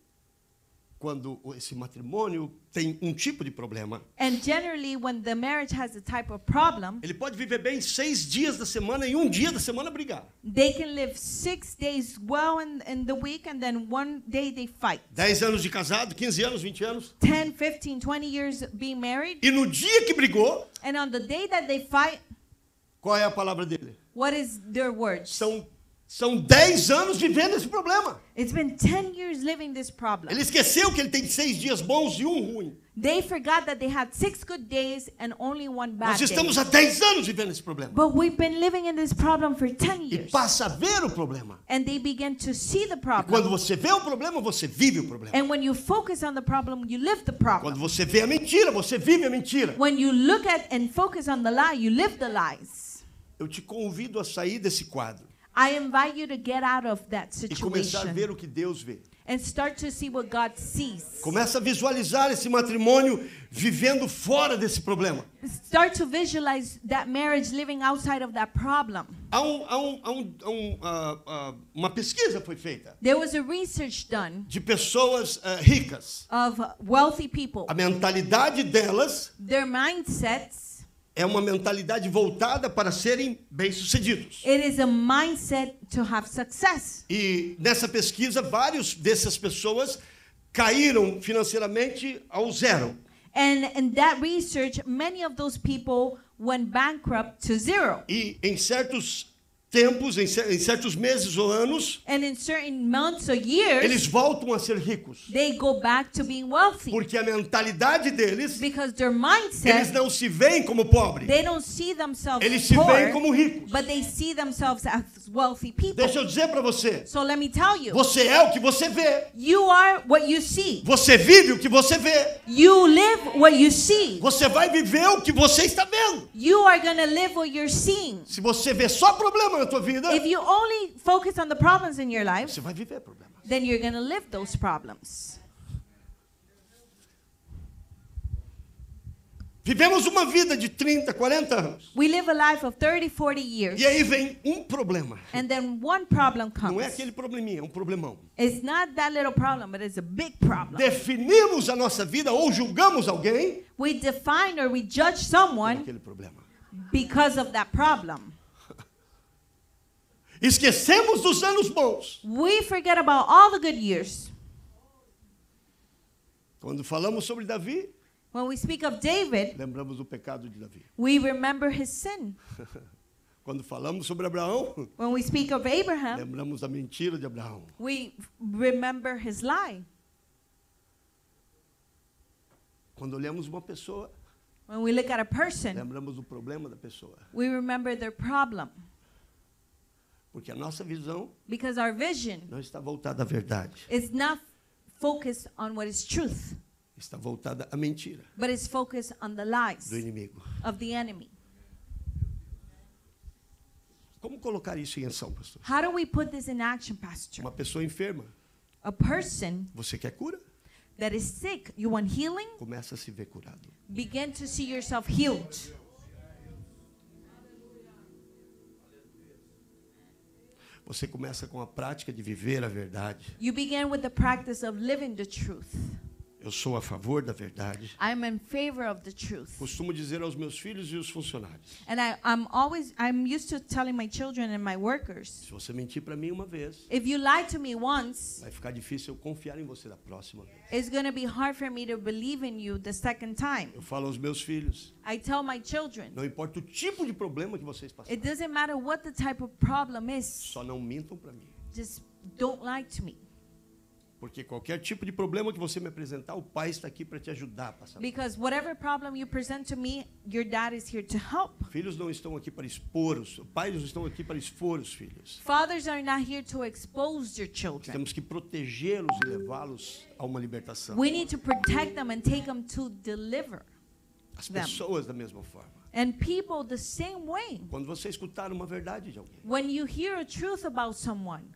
quando esse matrimônio tem um tipo de problema, And generally, when the marriage has a type of problem, ele pode viver bem seis dias da semana e um dia da semana brigar. they can live six days well in, in the week, and then one day they fight. Dez anos de casado, 15 anos, 20 anos. 10, 15, 20 years being married, E no dia que brigou, and on the day that they fight, qual é a palavra dele? what is their words? São, são 10 anos vivendo esse problema. It's been 10 years living this problem. Ele esqueceu que ele tem seis dias bons e um ruim. They forgot that they had six good days and only one bad Nós day. estamos há 10 anos vivendo esse problema. But we've been living in this problem for 10 E years. passa a ver o problema. And they begin to see the E quando problem. você vê o problema, você vive o problema. And when you focus on the problem, you live the problem. Quando você vê a mentira, você vive a mentira. When you look at and focus on the lie, you live the lies. Eu te convido a sair desse quadro I invite you to get out of that e começar a situation ver o que Deus vê. and start to see what God sees. Começa a visualizar esse matrimônio vivendo fora desse problema. Start to visualize that marriage living outside of that problem. Há, um- há um- há um- há um, ah, ah, uma pesquisa foi feita There was a research done de pessoas ah, ricas. of wealthy people. A mentalidade delas Their mindsets é uma mentalidade voltada para serem bem-sucedidos. It is a mindset to have success. E nessa pesquisa, vários dessas pessoas caíram financeiramente ao zero. And in that research, many of those people went bankrupt to zero. E em certos tempos, em, cer- em certos meses ou anos, And in certain months or years, eles voltam a ser ricos. they go back to being wealthy Porque a mentalidade deles, because their eles mindset, não se veem como pobre, they don't see themselves eles as se veem poor, como ricos. but they see themselves as wealthy people. Deixa eu dizer para você, So let me tell you, você é o que você vê. you are what you see. Você vive o que você vê. You live what you see. Você vai viver o que você está vendo. You are going to live what you're seeing. Se você vê só problema na tua vida, If you only focus on the problems in your life, você vai viver problema. then you're going to live those problems. Vivemos uma vida de 30, 40 anos. We live a life of 30, 40 years, E aí vem um problema. and then one problem comes. Não é aquele probleminha, é um problemão. It's not that little problem, but it's a big problem. Definimos a nossa vida ou julgamos alguém we define or we por judge someone aquele problema. because of that problem. Esquecemos dos anos bons. We forget about all the good years. Quando falamos sobre Davi, When we speak of David, lembramos do pecado de Davi. we remember his sin. Quando falamos sobre Abraão, When we speak of Abraham, lembramos da mentira de Abraão. we remember his lie. Quando olhamos uma pessoa, When we look at a person, lembramos do problema da pessoa. we remember their problem Porque a nossa visão because our vision não está voltada à verdade, is not focused on what is truth. está voltada à mentira but it's focused on the do lies inimigo. of the enemy. Como colocar isso em ação, pastor? How do we put this in action, Pastor? Uma pessoa enferma, A person você quer cura? that is sick, you want healing? Começa a se ver curado. Begin to see yourself healed. Você começa com a prática de viver a verdade. You begin with the practice of living the truth. Eu sou a favor da verdade. I'm in favor of the truth. Costumo dizer aos meus filhos e aos funcionários: And I, I'm always, I'm used to telling my children and my workers se você mentir para mim uma vez, if you lie to me once, vai ficar difícil eu confiar em você da próxima vez. it's going to be hard for me to believe in you the second time. Eu falo aos meus filhos: I tell my children, não importa o tipo de problema que vocês passarem, it doesn't matter what the type of problem is, só não mintam para mim. just don't lie to me. Porque qualquer tipo de problema que você me apresentar, o pai está aqui para te ajudar a passar. Because whatever problem you present to me, your dad is here to help. Filhos não estão aqui para expor os pais não estão aqui para expor os filhos. Fathers are not here to expose your children. Temos que protegê-los e levá-los a uma libertação. We need to protect them and take them to deliver. As them. pessoas da mesma forma. And people the same way. Quando você escutar uma verdade de alguém, When you hear a truth about someone,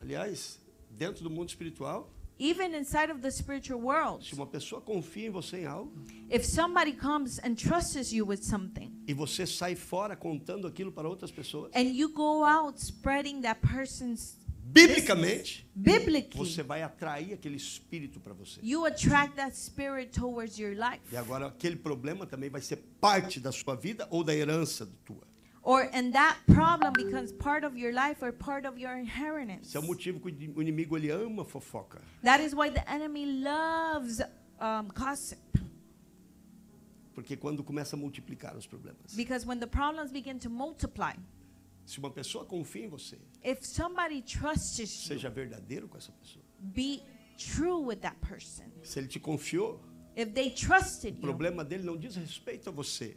aliás, dentro do mundo espiritual, even inside of the spiritual world, se uma pessoa confia em você em algo if somebody comes and trusts you with something e você sai fora contando aquilo para outras pessoas, and you go out spreading that person's biblicamente, você biblically, vai atrair aquele espírito para você. you attract that spirit towards your life. E agora aquele problema também vai ser parte da sua vida ou da herança tua. Or and that problem becomes part of your life or part of your inheritance. Esse é o motivo que o inimigo ele ama fofoca. That is why the enemy loves um, gossip. Porque quando começa a multiplicar os problemas. Because when the problems begin to multiply, Se uma pessoa confia em você, if somebody trusts you, seja verdadeiro com essa pessoa. be true with that person. Se ele te confiou, If they trusted o you, problema dele não diz respeito a você.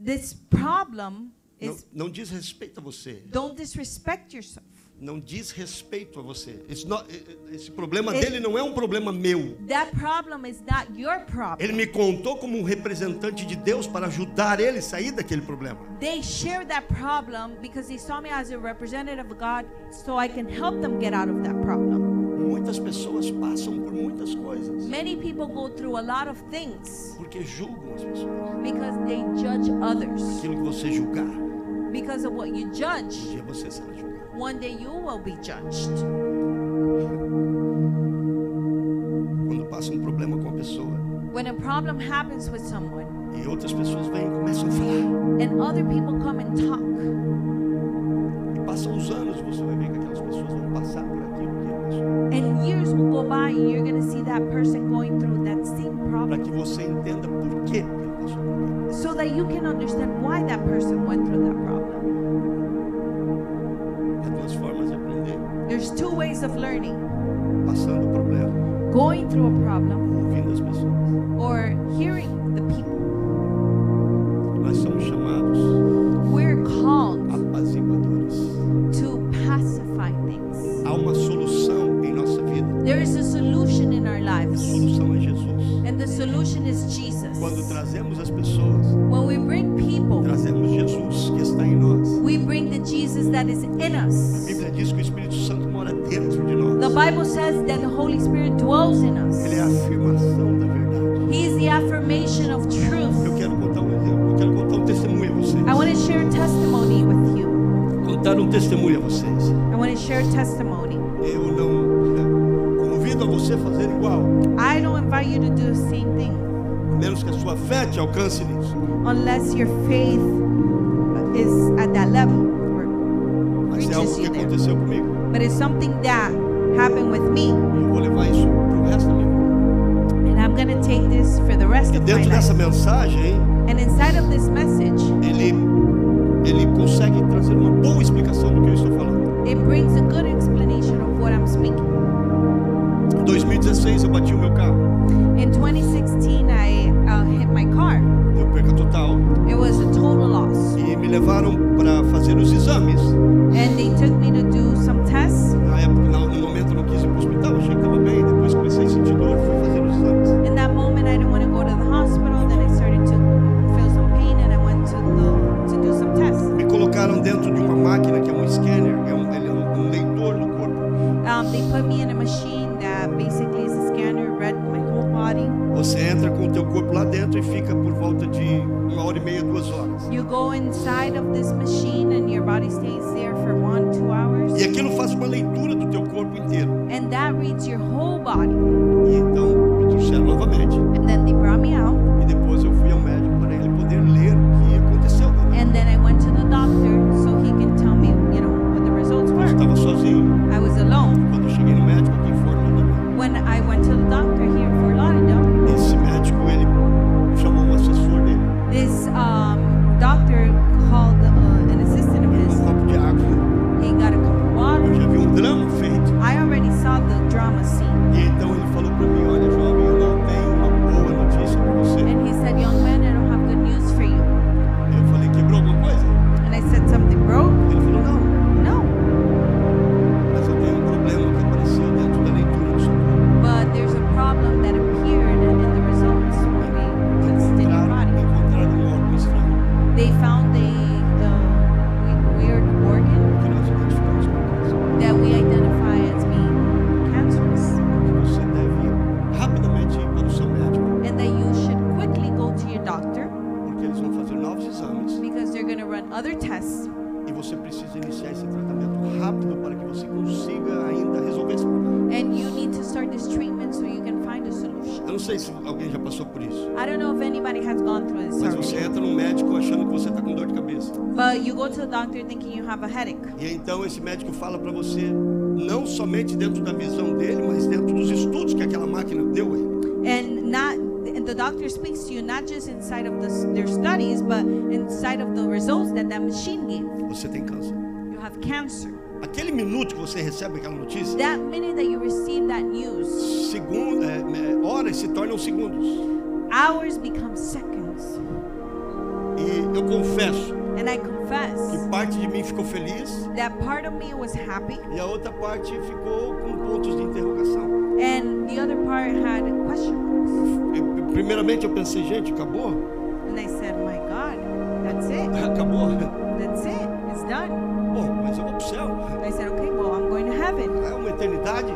this problem Não, is não diz respeito a você. don't disrespect yourself. Não diz respeito a você. Esse, no- esse problema Ele- dele não é um problema meu. That problem is not your Ele problem. me contou como um representante de Deus para ajudar ele a sair daquele problema. They share that problem because they saw me as a representative of God, so I can help them get out of that problem. Muitas pessoas passam por muitas coisas Many people go through a lot of things porque julgam as pessoas. because they judge others. Aquilo que você julgar, Because of what you judge, um dia você será julgado. one day you will be judged. Quando passa um problema com a pessoa When a problem happens with someone e outras pessoas vêm e começam a falar, and other people come and talk, e passam os anos e você vai ver que aquelas pessoas vão passar por aquilo que ele passou. And years will go by, and you're gonna see that person going through that same Para problem, que você entenda por que ele passou por aquilo. so that you can understand why that person went through that problem. Há duas formas de aprender: There's two ways of learning: passando o problema, going through a problem ouvindo as pessoas. or hearing the people. Nós somos chamados We're called apaziguadores. to pacify things. Há uma solução em nossa vida. There is a solution in our A lives, solução é Jesus. and the solution is Jesus. Quando trazemos as pessoas, When we bring people, trazemos Jesus que está em nós. we bring the Jesus that is in A us. Bíblia diz que o Espírito Santo mora dentro de The nós. Bible says that the Holy Spirit dwells in us. Ele é a afirmação da verdade. He is the affirmation of Eu truth. quero contar um exemplo, eu quero contar um testemunho a vocês. I want to share testimony with you. Contar um testemunho a vocês. I want to share testimony. Eu não né, convido a você a fazer igual, I don't invite you to do the same thing a menos que a sua fé te alcance nisso. unless your faith is at that level. or- Mas é algo que aconteceu comigo. But it's something that happened with me, E eu vou levar isso pro resto da minha vida. and I'm going to take this for the rest Porque of my dentro dessa life. mensagem, And inside of this message, ele, ele consegue trazer uma boa explicação do que eu estou falando. it brings a good explanation of what I'm speaking. Em 2016 eu bati o meu carro, In 2016, I uh, hit my car. deu perca total, It was a total loss, e me levaram para fazer os exames. and they took me to do some tests. Na época, na- no momento eu não quis ir para o hospital, achei que estava bem, depois comecei a sentir dor, fui fazer os exames. In that moment, I didn't want to go to the hospital. Then I started to feel some pain, and I went to the to do some tests. Me colocaram dentro de uma máquina que é um scanner, é um, ele é um, um leitor do corpo. Um, they put me in a machine that basically is a scanner, read my whole body. Você entra com o teu corpo lá dentro e fica por volta de uma hora e meia, duas horas. You go inside of this machine, and your body stays there for one, two hours, E aquilo faz uma leitura do teu corpo inteiro. and that reads your body. E então me trouxeram novamente. And then they brought me out, E depois eu fui ao médico para ele poder ler o que aconteceu. and then I went to the doctor so he could tell me, you know, what the results Eu were. estava sozinho. I was alone. Quando eu cheguei no médico aqui em Fort Lauderdale, When I went to the doctor here in Fort Lauderdale, esse médico ele chamou um assessor dele, this um, doctor called uh, an assistant of deu his. um copo de água. He got a cup of Eu water. já vi um drama feito. I already saw the drama scene, E então ele falou para mim, olha jovem, eu não tenho uma boa notícia para você. and he said, "Young man, I don't have good news for you." Eu falei, quebrou alguma coisa? And I said, "Something broke?" "Oh, Ele falou, não, No, mas eu tenho um problema que apareceu dentro da leitura do seu corpo. but there's a problem that appeared in the results when we tested your Encontraram, body. encontraram um órgão estranho They found a the we- weird organ que nós identificamos como câncer. that we identify as being cancerous, que você deve rapidamente ir para o seu médico, and that you should quickly go to your doctor porque eles vão fazer novos exames because they're going to run other tests, e você precisa iniciar esse tratamento rápido para que você consiga ainda resolver esse problema. and you need to start this treatment so you can find a solution. Eu não sei se alguém já passou por isso, I don't know if anybody has gone through this mas você already, entra num médico achando que você está com dor de cabeça. but you go to the doctor thinking you have a headache. E então esse médico fala para você, não somente dentro da visão dele, mas dentro dos estudos que aquela máquina deu a ele. and not and the doctor speaks to you not just inside of this, their studies but inside of the results that that machine gave Você tem câncer. you have cancer Aquele minuto que você recebe aquela notícia, that minute that you receive that news segundo, é, é, horas se tornam segundos. hours become seconds E eu confesso and i confess que parte de mim ficou feliz, that part of me was happy E a outra parte ficou com pontos de interrogação. and the other part had questions E, Primeiramente eu pensei, gente, acabou? and i said my god that's it Acabou. that's it it's done Bom, mas eu vou pro céu. and i said okay well i'm going to heaven É uma eternidade.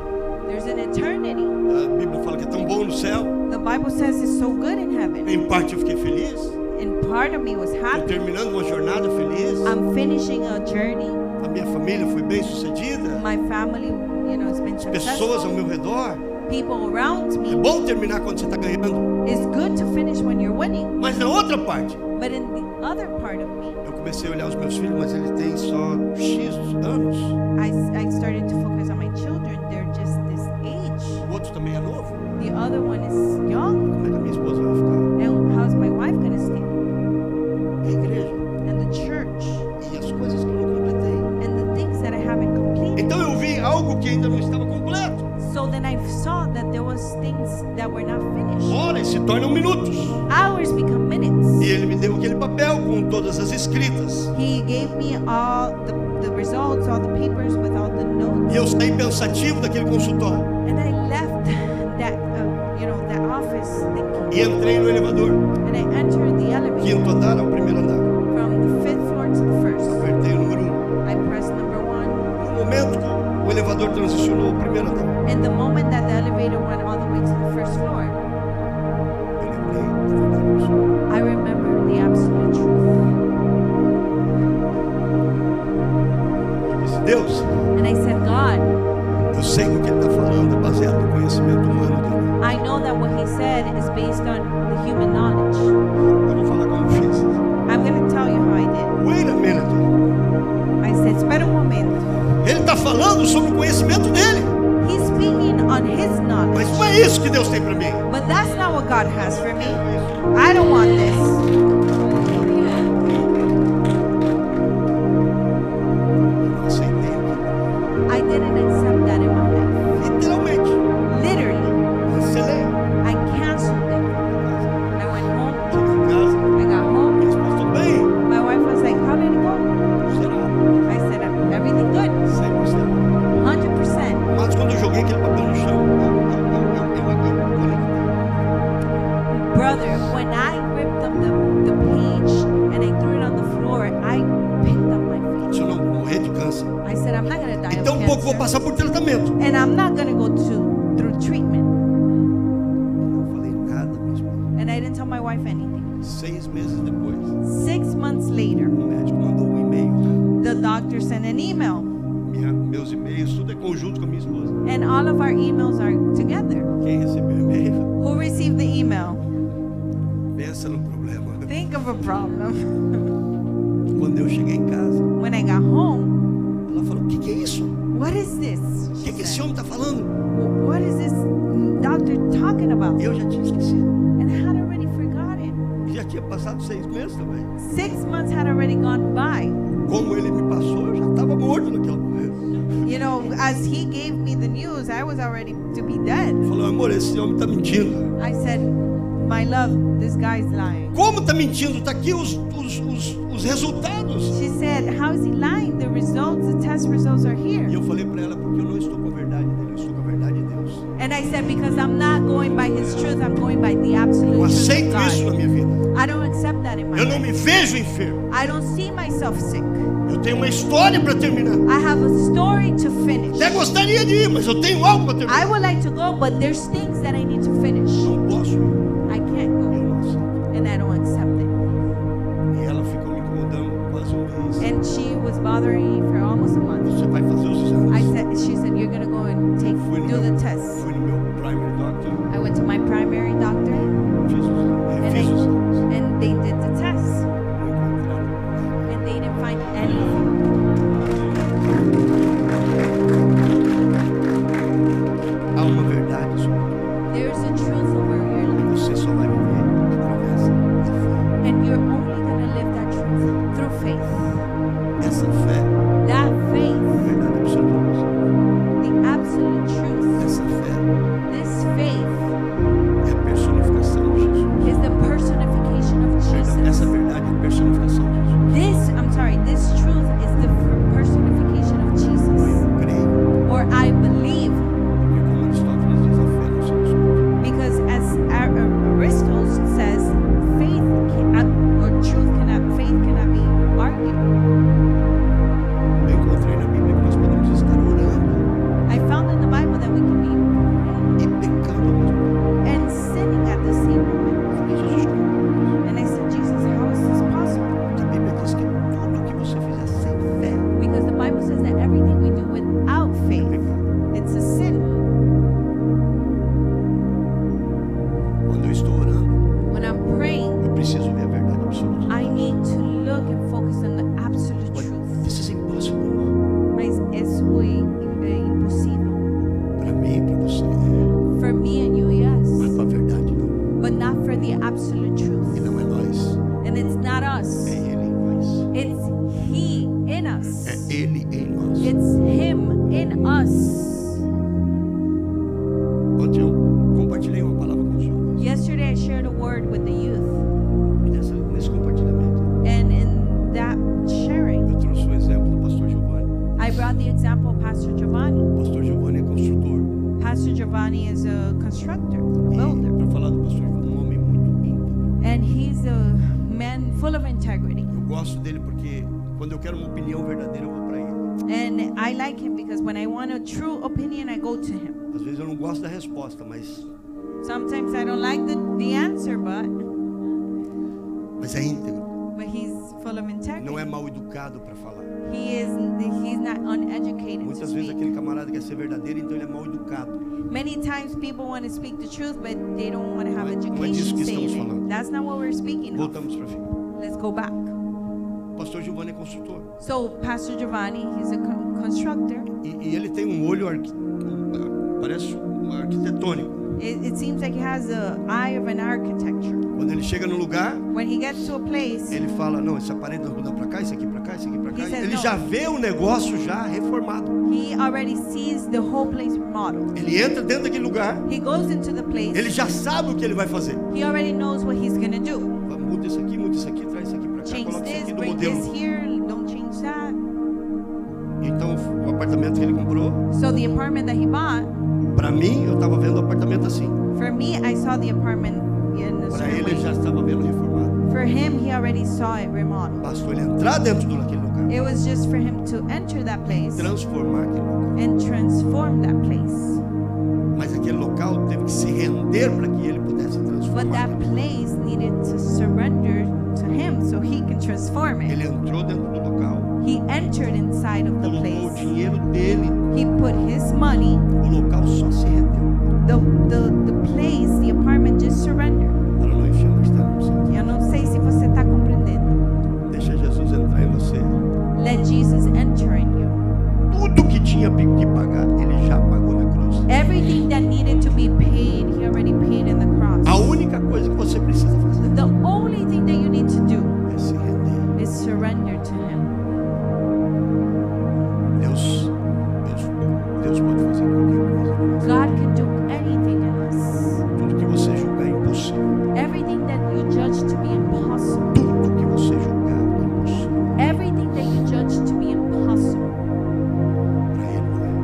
there's an eternity A Bíblia fala que é tão bom no céu. the bible says it's so good in heaven Em parte eu fiquei feliz. and part of me was Estou happy terminando uma jornada feliz. I'm finishing a journey. A minha família foi bem sucedida. My family, you know, has been successful. Pessoas ao meu redor. People around É me. bom terminar quando você está ganhando. It's good to finish when you're winning. Mas na outra parte, But in the other part of me, eu comecei a olhar os meus filhos, mas eles têm só X anos. I, I started to focus on my children. They're just this age. O outro também é novo. The other one is young. Como é que a minha esposa vai ficar? And how's my wife gonna stay? É a igreja. And the church e as coisas que eu não completei. and the things that I haven't completed. Então eu vi algo que ainda não estava completo. So then I saw that there was things that were not finished. Horas se tornam minutos. Hours become minutes. E ele me deu aquele papel com todas as escritas. He gave me all the, the results, all the papers with all the notes. E eu saí pensativo daquele consultório And I left that, uh, you know, that office e thinking. entrei no elevador, And I entered the elevator quinto andar ao primeiro andar. from the fifth floor to the first. Apertei o número um. I pressed number one. No momento que o elevador transicionou ao primeiro andar, And the moment that the elevator went all the way to the first floor, eu lembrei da verdade absoluta. I remember the absolute truth. Eu disse, Deus, And I said, God, eu sei que o que ele está falando é baseado no conhecimento humano dele. I know that what He said is based on the human knowledge. Eu vou falar como eu fiz. I'm going to tell you how I Wait a minute. did. I said, Espera un momento. Ele está falando sobre o conhecimento dele. He's speaking on His Mas não knowledge. é isso que Deus tem para mim. é But that's not what God has for me. I don't want this. Eu não aceitei aquilo. I didn't accept that in my life. Literalmente. Literally, Cancelei. I canceled it. Cheguei I went home. em casa, I got home. minha esposa, tudo bem? My wife was like, "How did it go?" Será? I said, "Everything good, 100%. 100 percent." Mas quando eu joguei aquele papel no chão, eu, eu, eu, eu, eu, eu, eu conectei. Brother, when I ripped up the, the page and I threw it on the floor, I picked up my Se eu não morrer de câncer. feet. I said, "I'm not gonna die Então pouco of vou cancer, passar por tratamento. and I'm not gonna go to through treatment." Eu não falei nada, minha esposa. And I didn't tell my wife anything. Seis meses depois, Six months later, o médico mandou um e-mail. the doctor sent an email, Minha, meus e-mails, tudo é conjunto com a minha esposa. and all of our emails are together. a problem. Quando eu cheguei em casa, When I got home, ela falou: O que, que é isso? what is this? O She que, que esse said. homem está falando? "Well, what is this doctor talking about? Eu já tinha esquecido. And I had already forgotten. Já tinha passado seis meses também. Six months had already gone by. Como ele me passou, eu já estava morto naquela momento. You know, as he gave me the news, I was already to be dead. Falou: Amor, esse homem está mentindo. I said, My love, this guy's lying. Como está mentindo? Está aqui os, os, os, os resultados. She said, How is he lying? The results, the test results are here. E eu falei para ela: Porque eu não estou com a verdade dele, eu estou com a verdade de Deus. And I said, Because I'm not going by his truth, I'm going by the absolute Eu truth. Of aceito isso na God. minha vida. I don't accept that in my Eu não life. me vejo enfermo. I don't see myself sick. Eu tenho uma história para terminar. I have a story to finish. Até gostaria de ir, mas eu tenho algo para terminar. I would like to go, but there's things that I need to finish. Não posso ir. I can't Eu go, não aceito. and I don't accept it. E ela ficou me incomodando quase um mês. And she was bothering me for almost a month. Você vai fazer os I exames? said, she said, you're gonna go and take, Fui no do the meu, tests. fui no meu primary doctor, I went to my primary doctor, fiz os, eh, And fiz I- os exames. and they did the tests, Não encontraram. and they didn't find anything. Há uma verdade sobre There's a truth over your life, você só vai viver através da and you're only gonna live that truth through faith. fé. Essa fé That é a faith, verdade absoluta. para você. the absolute truth, Essa fé this faith é a personificação de Jesus. is the personification of Perdão, Jesus. Essa verdade é a personificação de Jesus. This, I'm sorry, this truth is the personification of Jesus. Eu creio, Or I believe, porque como Aristóteles diz, a fé não se discute. because as Ar- Ar- Aristotle says, faith cannot, or truth cannot, faith cannot be argued. Eu encontrei na Bíblia que nós podemos estar orando I found in the Bible that we can e pecando ao mesmo tempo. be and sinning at the same moment. Mas Jesus comprou isso. And I said, Jesus, how is this possible? Porque a Bíblia diz que tudo que você fizer sem fé Because the Bible says that everything we do without é faith, pecado. it's a sin. Quando eu estou orando, When I'm praying, eu preciso ver a verdade absoluta. I need to look and focus on the absolute But truth. This is impossible. Mas isso foi é, impossível. Para mim e para você é. For me and you, Mas yes. para a verdade não. But not for the absolute E truth. não é nós. And it's not É us. Ele em nós. It's He in us. É Ele em nós. It's Him in us. Ontem eu compartilhei uma palavra com os jovens. Yesterday I shared a word with the youth. E nessa- nesse compartilhamento, And in that sharing, eu trouxe o exemplo do pastor Giovanni. I brought the example of Pastor Giovanni. O pastor Giovanni é construtor. Pastor Giovanni is a constructor, a E builder. para falar do pastor Giovanni, um homem muito íntegro. And he's a man full of integrity. Eu gosto dele porque quando eu quero uma opinião verdadeira, eu vou para ele. And I like him because when I want a true opinion, I go to him. Às vezes eu não gosto da resposta, mas, Sometimes I don't like the, the answer, but mas é íntegro. but he's full of Não integrity. é mal educado para falar. He is he's not uneducated to Muitas vezes speak. aquele camarada quer ser verdadeiro, então ele é mal educado. Many times people want to speak the truth, but they don't want to have Não é- não é disso education que estamos saying falando. it. That's not what we're speaking of. Voltamos para frente. Let's go back. O pastor Giovanni é consultor. So Pastor Giovanni, he's a con- constructor. E, e ele tem um olho arqui... um- parece um arquitetônico. It, it seems like he has the eye of an architecture. Quando ele chega no lugar, When he gets to a place, ele fala: Não, essa parede nós mudamos para cá, isso aqui para cá, isso aqui para cá. He says, Ele "No." já vê o negócio já reformado. he already sees the whole place remodeled. Ele entra dentro daquele lugar, He goes into the place. ele já sabe o que ele vai fazer. He already knows what he's gonna do. Vai, Muda isso aqui, muda isso aqui, traz isso aqui para cá, Change coloca isso this, aqui do bring this modelo. here, don't change that. Então o apartamento que ele comprou. So the apartment that he bought, Para mim, eu estava vendo o apartamento assim. for me, I saw the apartment in the Para ele, ele já way. estava vendo reformado. For him, he already saw it remodeled. Bastou ele entrar dentro do- daquele lugar, It was just for him to enter that place transformar aquele local. and transform that place. Mas aquele local teve que se render para que ele pudesse But transformar. that aquele- place needed to surrender to him so he can transform Ele it. entrou dentro do local, He entered inside of the colocou o place. dinheiro dele, He put his money. o local só se rendeu. The the the place, the apartment just surrendered. Ela não encheu mais tempo. Eu não sei se você está é é é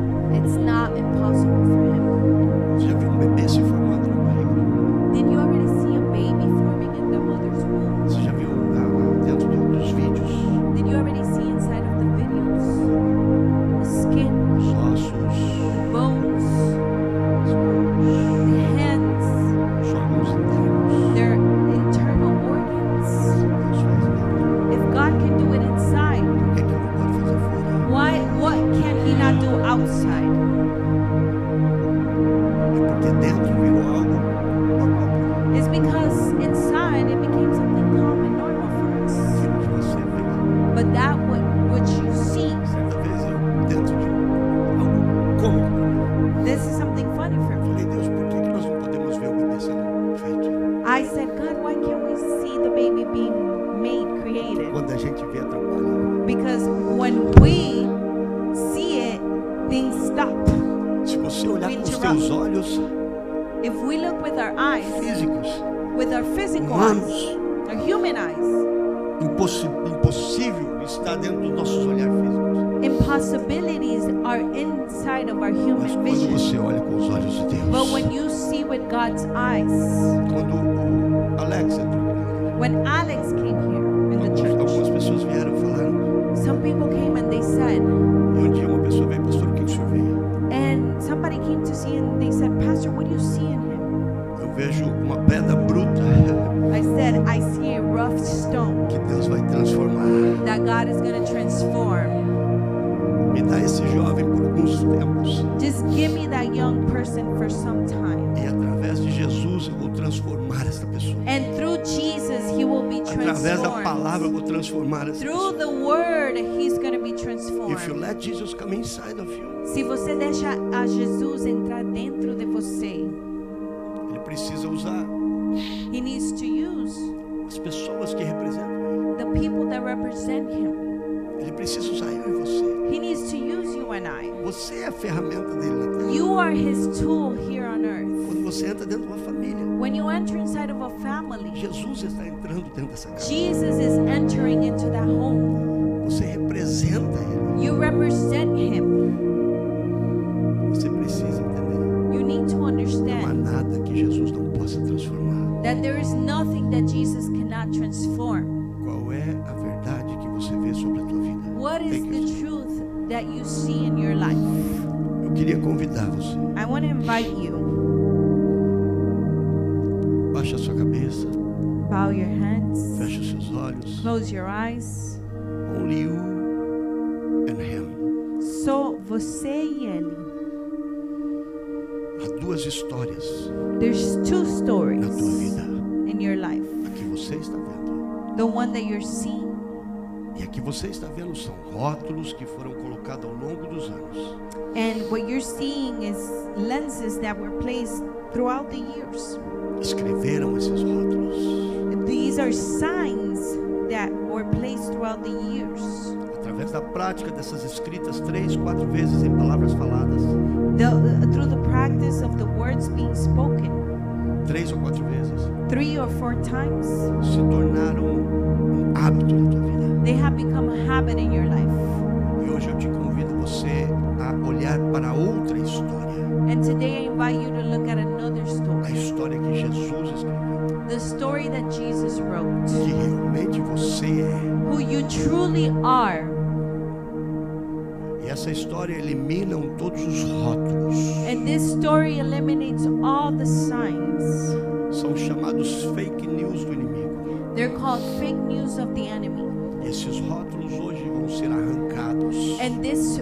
é. um ah, É because inside it became something common, normal for us. Aquilo que você vê, But that what, what you see, certa vez eu, dentro de algo cômico, this is something funny for me. falei, Deus, por que que nós não podemos ver o bebê sendo feito? I said, God, why can't we see the baby being made, created? Quando a gente vê, atrapalha. Because when we see it, things stop. Se você olhar com os teus olhos If we look with our eyes, físicos, with our physical eyes, humanos, our human eyes, impossi- impossível está dentro dos nossos olhares físicos. impossibilities are inside of our Mas human quando vision. você olha com os olhos de Deus, But when you see with God's eyes, quando o Alex entrou na igreja, when Alex came here in the Algumas, church, algumas pessoas vieram e falaram. some people came and they said, E um dia uma pessoa veio, pastor, o que que o senhor vê? and somebody came to see and they said, Pastor, what do you see in him? Eu vejo uma pedra bruta I said, I see a rough stone que Deus vai transformar. that God is going to transform. Me dá esse jovem por alguns tempos. Just give me that young person for some time. E através de Jesus eu vou transformar essa pessoa. And through Jesus, he will be Através da palavra eu transformed. vou transformar essa Through pessoa. the word, he's going to be If you transformed. let Jesus come inside of you, Se você deixa a Jesus entrar dentro de você, ele precisa usar he needs to use as pessoas que representam ele. the people that represent him. Ele precisa usar eu e você. He needs to use you and I. Você é a ferramenta dele na terra. You are his tool here on earth. Quando você entra dentro de uma família, When you enter inside of a family, Jesus está entrando dentro dessa casa. Jesus is entering into that home. Você representa ele. You represent him. Você precisa entender. You need to Não há understand nada que Jesus não possa transformar. that there is nothing that Jesus cannot transform. Qual é a verdade que você vê sobre a tua vida? What is Tem que- the truth that you see in your life? Eu queria convidar você. I want to invite you, Baixa a sua cabeça, bow your hands, fecha os seus olhos. close your eyes. Only you and him. Só você e ele. Há duas histórias There's two na tua stories vida. in your life. A que você está vendo The one that you're seeing e a que você está vendo são rótulos que foram colocados ao longo dos anos. And what you're seeing is lenses that were placed throughout the years. Escreveram esses rótulos These are signs that were placed throughout the years. através da prática dessas escritas três, quatro vezes em palavras faladas, The, uh, through the practice of the words being spoken três ou quatro vezes. three or four times, se tornaram um hábito na tua vida. they have become a habit in your life. E hoje eu te convido você a olhar para outra história, And today I invite you to look at another a story história que Jesus escreveu, the story that Jesus wrote, que realmente você é. who you truly are. E essa história eliminam todos os rótulos. And this story eliminates all the signs. São chamados fake news do inimigo. They're called fake news of the enemy. E esses rótulos hoje vão ser arrancados. And this,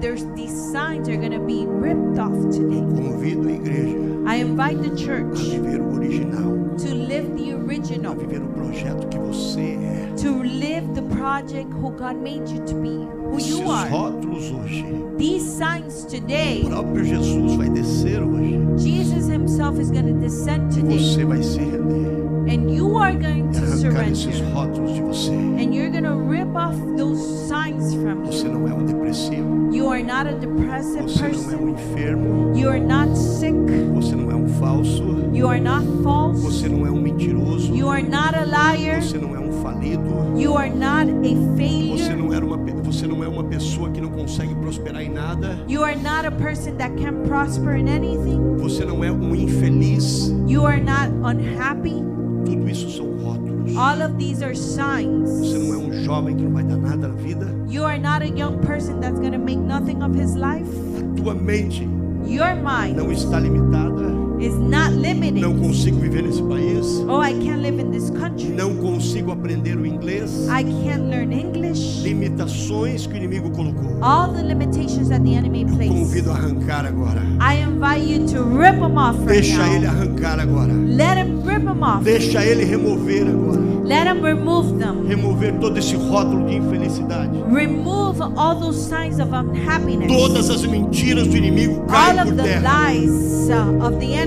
there's these signs are gonna be ripped off today. Convido a igreja I invite the a church viver o original, to live the a original, viver o projeto que você é. to live the project who God made you to be, who Esses you are. rótulos hoje, These signs o today, próprio Jesus vai descer hoje. Jesus Himself is gonna descend today, Você vai se render and you are going e to arrancar esses surrender, rótulos de você. and you're gonna rip off those signs from you. Você não é um depressivo, You are not a depressive você não é um person. enfermo, You are not sick. você não é um falso, You are not false. você não é um mentiroso, You are not a liar. você não é um falido, You are not a você failure. não, era uma, pe- você não é uma pessoa que não consegue prosperar em nada, You are not a person that can prosper in anything. você não é um infeliz. You are not unhappy. Tudo isso são rótulos. All of these are Você não é signs. um jovem que não vai dar nada na vida. You are not a young person that's going to make nothing of his life. A tua mente Your mind não está limitada. is not Não limited. consigo viver nesse país. Oh, I can't live in this country. Não consigo aprender o inglês. I can't learn English. Limitações que o inimigo colocou. All the limitations that the enemy placed. Convido a arrancar agora. I invite you to rip them off right Deixa ele now. arrancar agora. Let him rip them off. Deixa ele remover agora. Let him remove them. Remover todo esse rótulo de infelicidade. Remove all those signs of unhappiness. Todas as mentiras do inimigo all caem of por the terra. lies uh, of the enemy.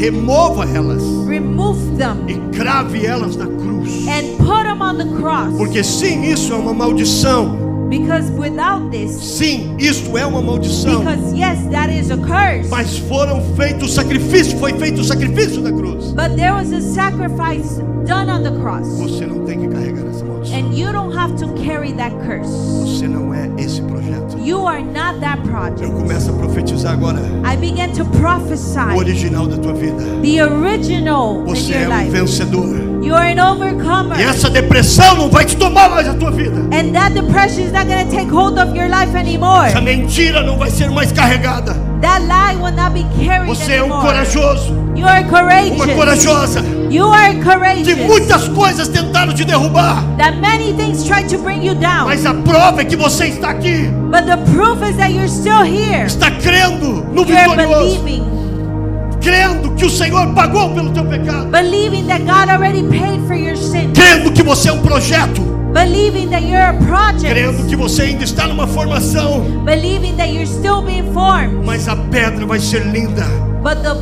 Remova elas Remove them e crave elas na cruz. and put them on the cross. Porque sim, isso é uma maldição. because without this, Sim, isto é uma maldição. because yes, that is a curse. Mas foram feitos sacrifício, foi feito o sacrifício da cruz. But there was a sacrifice done on the cross. Você não tem que carregar essa maldição. And you don't have to carry that curse. Você não é esse projeto. You are not that Eu project. começo a profetizar agora I began to o prophesy original da tua vida. the original in Você your é um life. vencedor. You are an overcomer. E essa depressão não vai te tomar mais a tua vida. And that depression is not going to take hold of your life anymore. Essa mentira não vai ser mais carregada. That lie will not be carried Você é um anymore. corajoso, You are uma courageous. corajosa. You are De courageous. muitas coisas tentaram te derrubar, That many things try to bring you down. mas a prova é que você está aqui, But the proof is that you're still here. está crendo no You're vitorioso, believing. crendo que o Senhor pagou pelo teu pecado, Believing that God already paid for your sin. crendo que você é um projeto, Believing that you're a crendo project. que você ainda está numa formação, Believing that you're still being formed. mas a pedra vai ser linda, But the,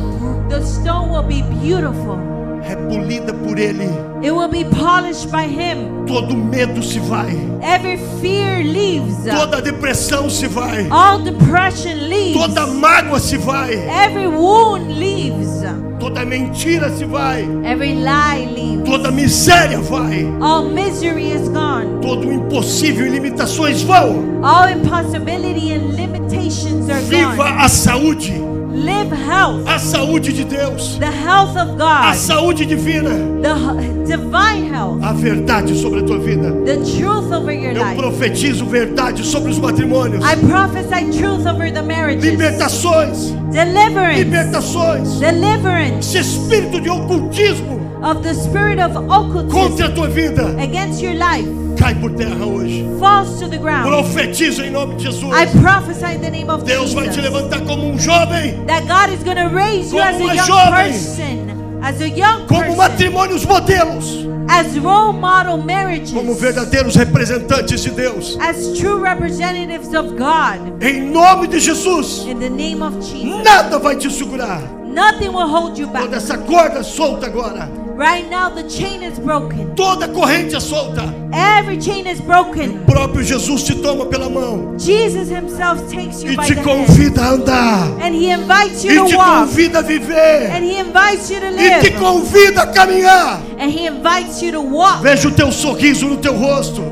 the stone will be beautiful. é polida por Ele. It will be polished by Him. Todo medo se vai, Every fear leaves. toda depressão se vai, All depression leaves. toda mágoa se vai, Every wound leaves. toda mentira se vai, Every lie leaves. toda miséria vai. All misery is gone. Todo o impossível e limitações vão. All impossibility and limitations are gone. Viva a saúde, Live health, a saúde de Deus, the health of a God, saúde divina, the h- divine health, a verdade sobre a tua vida. the truth over your Eu life. profetizo verdade sobre os matrimônios. I prophesy truth over the marriages. Libertações, Deliverance. libertações. Deliverance Esse espírito de ocultismo of the spirit of occultism contra a tua vida against your life cai por terra hoje. falls to the ground. Profetizo em nome de Jesus. I prophesy in the name of Deus vai te Jesus. levantar como um jovem, that God is going to raise you Como as a uma young jovem. person, as a young como person, matrimônios modelos, as role model marriages, como um verdadeiros representantes de Deus. as true representatives of God. Em nome de Jesus. In the name of Jesus, Nada vai te segurar. nothing will hold you Toda back. essa corda solta agora. Right now, the chain is broken. Toda corrente é solta. Every chain is O broken. próprio Jesus te toma pela mão Jesus Himself takes you e by te the hand, convida a andar. and He invites E you te to walk, convida a viver. and He invites you to E te live, convida a caminhar. and He invites you to walk. Veja o teu sorriso no teu rosto.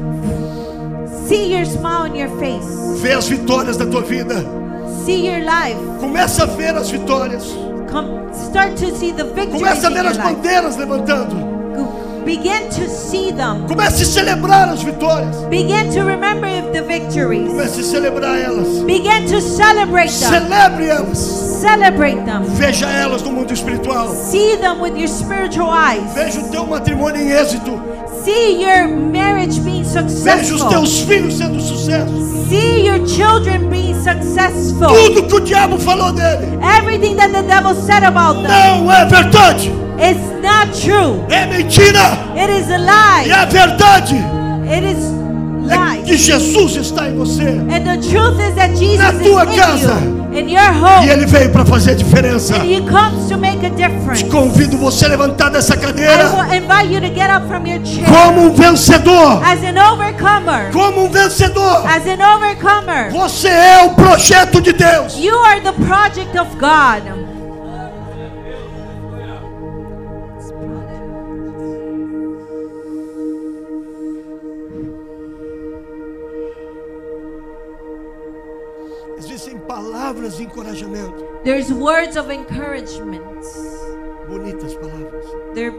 See your smile on your face. Vê as vitórias da tua vida. See your life. Começa a ver as vitórias. Come, start to see the victories Começa a in ver your as life. bandeiras levantando. Begin to see them. Comece a celebrar as vitórias. Begin to remember the victories. Comece a celebrar elas. Begin to celebrate them. Celebre elas. Celebrate them. Veja elas no mundo espiritual. See them with your spiritual eyes. Veja o teu matrimônio em êxito. See your marriage being Veja os successful. teus filhos sendo sucesso. See your children being successful. Tudo que o diabo falou dele Everything that the devil said about them não é verdade. it's not true. É mentira. It is a E lie. a verdade It is é lies. que Jesus está em você. And the truth is that Jesus is tua in casa. you, in your E home. ele veio para fazer a diferença. And he comes to make a difference. Te convido você a levantar dessa I cadeira will invite you to get up from your chair como um vencedor. as an overcomer. Como um vencedor. As an overcomer, Você é o projeto de Deus. you are the project of God. Existem palavras de encorajamento. There's words of encouragement. Bonitas palavras. They're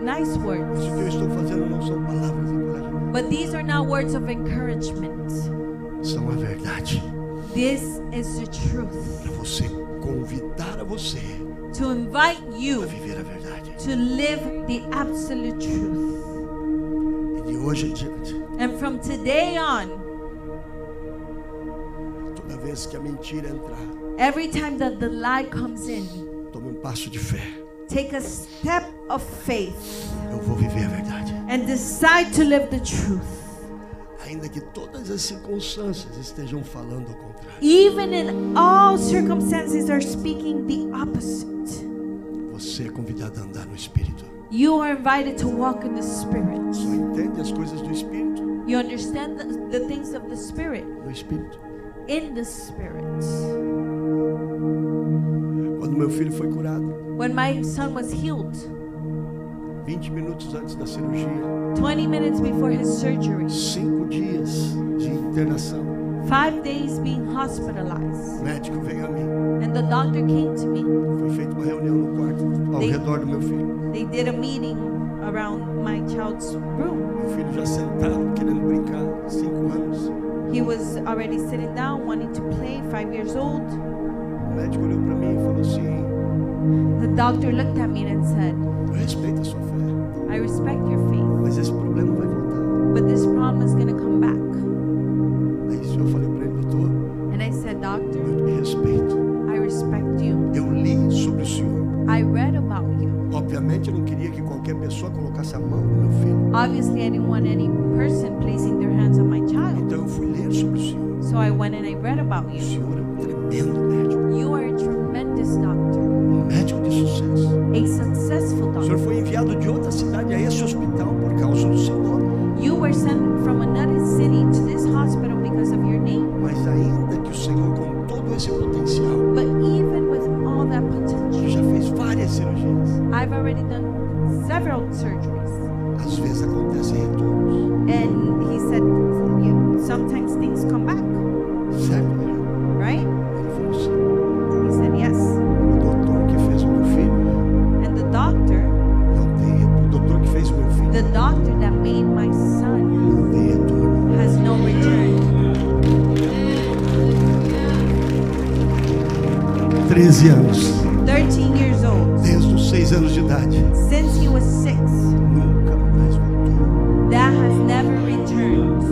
nice words, Isso que eu estou fazendo não são palavras de encorajamento. but these are not words of encouragement. São a verdade. This is the truth para você convidar a você to invite a you viver a verdade. to live the absolute truth. E de hoje em diante, And from today on, toda vez que a mentira entrar, every time that the lie comes in, tome um passo de fé. take a step of faith Eu vou viver a verdade. and decide to live the truth. Ainda que todas as circunstâncias estejam falando ao contrário, Even in all circumstances are speaking the opposite. você é convidado a andar no Espírito. You are invited to walk in the Spirit. Só entende as coisas do Espírito You understand the, the things of the Spirit no Espírito. in the Spirit. Quando meu filho foi curado, When my son was healed, 20 minutos antes da cirurgia, 20 minutes before his surgery, cinco dias de internação, five days being o hospitalized, médico veio a mim. and the doctor came to me. Foi feita uma reunião no quarto ao Sim. redor do meu filho. They did a meeting around my child's room. Meu filho já sentado, querendo brincar, cinco anos. He was already sitting down, wanting to play, five years old. O médico olhou para mim e falou assim: The doctor looked at me and said, Eu respeito a sua fé, I respect your faith, mas esse problema vai voltar. but this problem is going to come back. Aí o senhor falou para ele: Doutor, And I said, Doctor, eu te respeito. I respect you. Eu li sobre o senhor. I read about you. Obviamente, eu não queria que qualquer pessoa colocasse a mão no meu filho. Obviously, I didn't want any person placing their hands on my child. Então, eu fui ler sobre o senhor. So I went and I read about O you. senhor é um tremendo médico, You are a tremendous doctor, um médico de sucesso. a successful O doctor. senhor foi enviado de outra cidade a esse hospital por causa do seu nome. You were sent from another city to this hospital because of your name. Mas ainda que o senhor, com todo esse potencial, But even with all that potential, já fez várias cirurgias. I've already done several surgeries. Às vezes acontecem retornos. And he said, "You- sometimes things come back, Certo? né? right? Ele falou assim: He said, yes. o doutor que fez o meu filho And the doctor, não tem retorno. O doutor que fez o meu filho the doctor that made my son, não tem retorno. has no return. 13 anos, 13 years old. desde os 6 anos de idade, Since he was six, nunca mais voltou. that has never returned.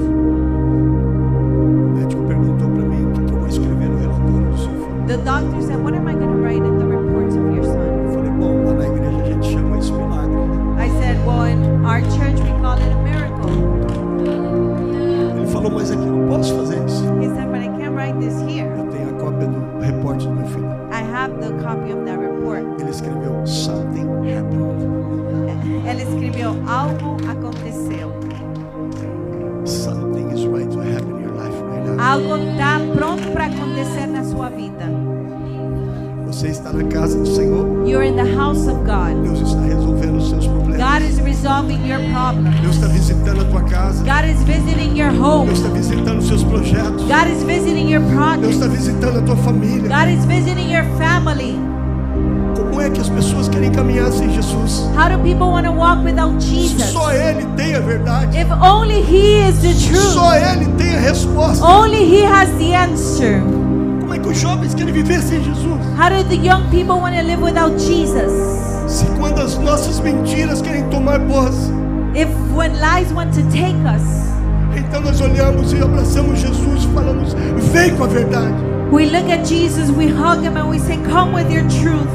O médico perguntou para mim: o que, que eu vou escrever no relatório do seu filho? The doctor said, What am I going to write in the reports of your son? Eu falei: bom, lá na igreja a gente chama isso milagre. I said, Well, in our church, we call it a miracle. Ele falou: mas aqui eu não posso fazer isso. He said, But I can't write this here. Eu tenho a cópia do repórter do meu filho. I have the copy of that report. Ele escreveu: something happened. Él escribió, Algo aconteceu. Something is right to happen in your life right now. Algo está pronto para acontecer na sua vida. Ah. Você está na casa do Senhor. You're in the house of God. Deus está resolvendo os seus problemas. God is resolving your problems. Deus está visitando a tua casa. God is visiting your home. Deus está visitando os seus projetos. God is visiting your Deus project. está visitando a tua família. God is visiting your family. Como é que as pessoas querem caminhar sem Jesus? How do people want to walk without Se Jesus? Só Ele tem a verdade. If only He is the truth. Só Ele tem a resposta. Only He has the answer. Como é que os jovens querem viver sem Jesus? How do the young people want to live without Jesus? Se quando as nossas mentiras querem tomar posse, If when lies want to take us, então nós olhamos e abraçamos Jesus e falamos: Vem com a verdade. we look at Jesus, we hug Him, and we say, Come with your truth.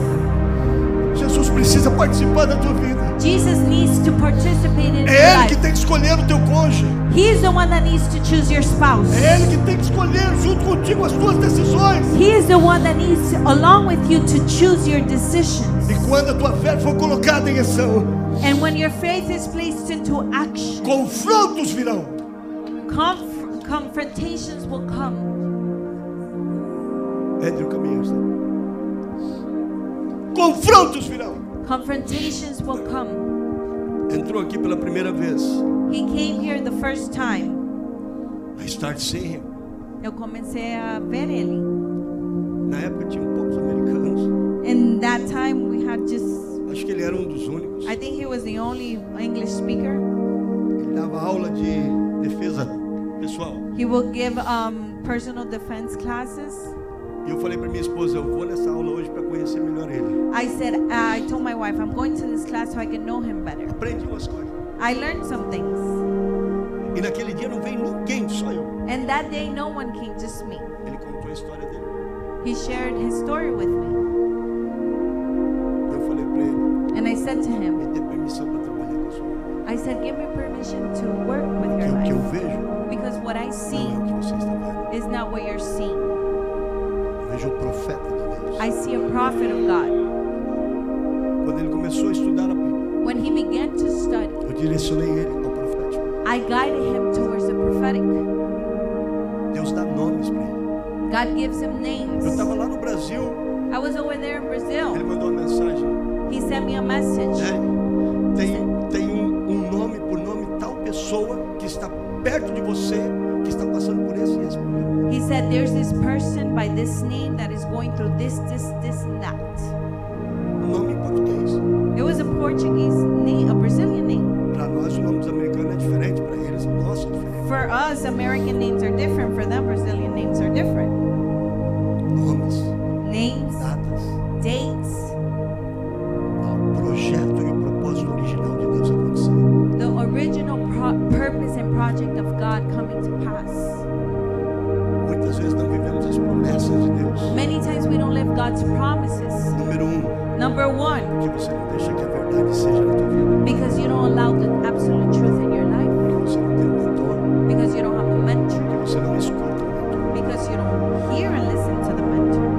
Jesus precisa participar da tua vida. Jesus needs to participate in É your Ele que life. tem que escolher o teu cônjuge. He's the one that needs to choose your spouse. É Ele que tem que escolher junto contigo as tuas decisões. He is the one that needs, along with you, to choose your decisions. E quando a tua fé for colocada em ação, And when your faith is placed into action, confrontos virão. conf- confrontations will come. Andrew, come here. sir. Confrontos virão. Confrontations will come. Entrou aqui pela primeira vez. He came here the first time. I start seeing him. Eu comecei a ver ele. Na época tinha poucos americanos. In that time, we had just, Acho que ele era um dos únicos. I think he was the only English speaker. Ele dava aula de defesa pessoal. He will give um, personal defense classes. E eu falei para minha esposa, eu vou nessa aula hoje para conhecer melhor ele. I said, I told my wife, I'm going to this class so I can know him better. Aprendi umas coisas. I learned some things. E naquele dia não veio ninguém, só eu. And that day, no one came, just me. Ele contou a história dele. He shared his story with me. Eu falei para ele, And I said to him, me dê permissão para trabalhar com o senhor. I said, give me permission to work with Porque your o que eu life. vejo Because what I see não é o que você está vendo. is not what you're seeing. Eu vejo o profeta de Deus. I see a prophet of God. Quando ele começou a estudar a Bíblia, When he began to study, eu direcionei ele ao profético. I guided him towards the prophetic. Deus dá nomes para ele. God gives him names. Eu estava lá no Brasil, I was over there in ele Brazil. mandou uma mensagem. He sent me a message. Né? Tem, tem um, um nome por nome tal pessoa que está perto de você, que está passando por esse e esse problema. He said, There's this person by this name that is going through this, this, this, and that. Um nome em português. It was a Portuguese name, a Brazilian name. Para nós, o nome dos americanos é diferente, para eles, nossa, é diferente. For us, American names are different. For them, Brazilian names are different. Nomes, Names, datas, dates, o projeto e o propósito original de Deus acontecendo. the original pro- purpose and project of God coming to pass. Muitas vezes não vivemos as promessas de Deus. Many times we don't live God's promises. Número um, Number one, que você não deixa que a verdade seja na tua vida. because you don't allow the absolute truth in your life, Que você não tem um mentor, because you don't have a mentor. que você não escuta um mentor, Because you don't hear and listen to the mentor.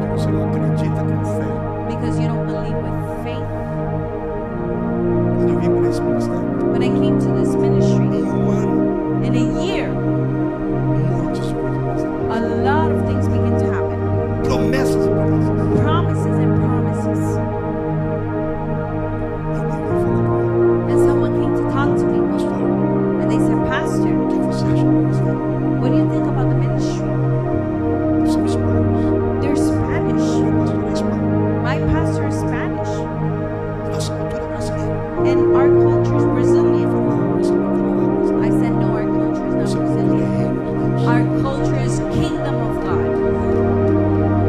que você não acredita com fé. Because you don't believe with faith. Quando eu vim para esse ministério, When I came to this em ministry, um ano, in a year, muitas coisas aconteceram. a lot of things begin to happen. Promessas e promessas. Promises and promises. Alguém veio falar comigo, And someone came to talk to me, pastor, and they said, Pastor, o que você acha do ministério? what do you think about the ministry? São hispanos. They're Spanish. Meu pastor é hispano. My pastor is Spanish, A nossa cultura é brasileira. and our culture is Eu Brazilian. falei, não, nossa cultura não é brasileira. I said, No, our culture is Nossa not cultura é Brazilian. reino de Deus. Our culture is kingdom of God.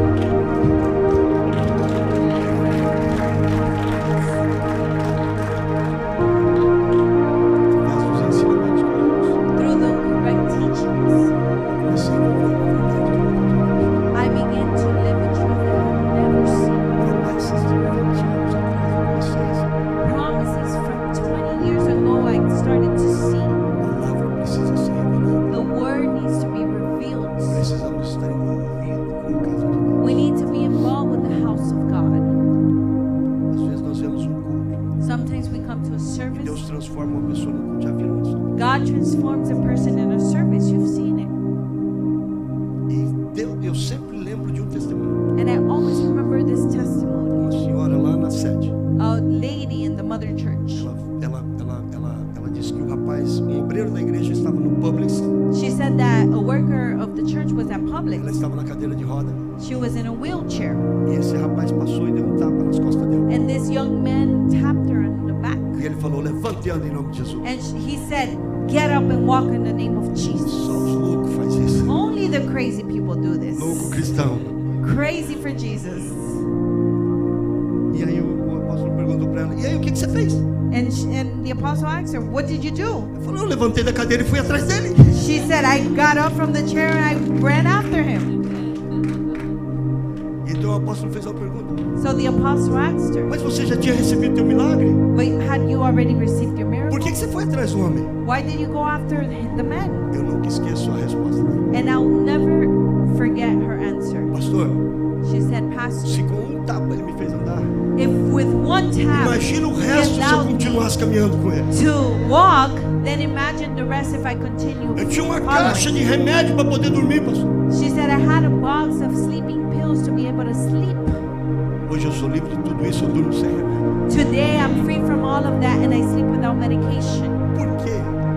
Através dos ensinamentos corretos, Through the correct teachings. comecei a viver uma verdade que eu nunca tinha visto. I began to live a truth that I've never Promessas seen. de 20 anos atrás, eu comecei a Promises from 20 years ago I started to see. palavra precisa ser revelada. The word needs to be revealed. Precisamos estar envolvidos com o caso de Deus. We need to be involved with the house of God. Às vezes nós vemos um culto Sometimes we come to a e Deus service. transforma uma pessoa num culto. Já viram isso? God transforms a person in a service. You've seen it. E Deus, eu sempre lembro de um testemunho. And I always remember this Uma testimony. senhora lá na sede, A lady in the mother church. ela, ela, ela, ela, ela disse que o rapaz, um obreiro da igreja, estava no Publix, She said that a worker of the church was at public. ela estava na cadeira de roda, She was in a wheelchair. e esse rapaz passou e deu um tapa nas costas dela. And this young man tapped her on the back. E ele falou: Levante e anda em nome de Jesus. And sh- he said, Get up and walk in the name of Só os Jesus. loucos fazem isso. Only the crazy people do this. Louco cristão. Crazy for Jesus. E aí o, o apóstolo perguntou para ela: E aí, o que, que você fez? And, sh- and the apostle asked her, What did you do? Ela falou: Eu levantei da cadeira e fui atrás dele. She said, I got up from the chair and I ran after him. Então o apóstolo fez uma pergunta: So the apostle asked her, Mas você já tinha recebido teu milagre? Wait, had you already received your Por que, miracle? que você foi atrás do homem? Why did you go after the the man? Eu nunca esqueço a resposta dele: And I'll never forget her answer. Pastor, She said, Pastor, se com um tapa ele me fez andar, if with one tap imagina o resto se eu continuasse caminhando com ele. to walk, then imagine the rest if I continue. Eu tinha uma following." caixa de remédio para poder dormir, pastor. She said, I had a box of sleeping pills to be able to sleep. Hoje eu sou livre de tudo isso, eu durmo sem remédio. Today I'm free from all of that and I sleep without medication. Por que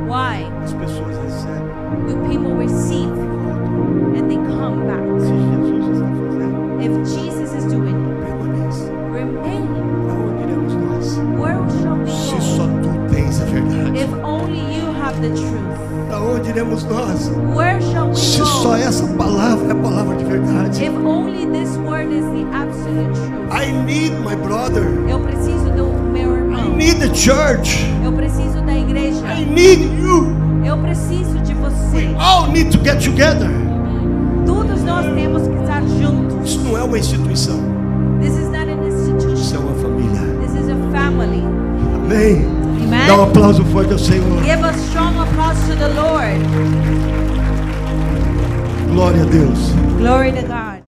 Why? as pessoas recebem? Do people receive voltam? and they come back? Se Jesus está fazendo, If Jesus is doing permanece. it, remain. Para onde iremos nós? Where shall we Se é só go? tu tens a verdade, If only you have the truth. para onde iremos nós? Where shall we Se só go? essa palavra é a palavra de verdade, If only word is the absolute truth. I need my brother. Eu preciso do meu I irmão. need the church. Eu preciso da igreja. I need you. Eu preciso de você. All need to get together. Todos nós temos que estar juntos. Isso não é uma instituição. This is not an Isso institution. é uma família. This is a family. Amém. Amen. Dá um aplauso forte ao Senhor. Give a strong applause to the Lord. Glória a Deus. Glory to God.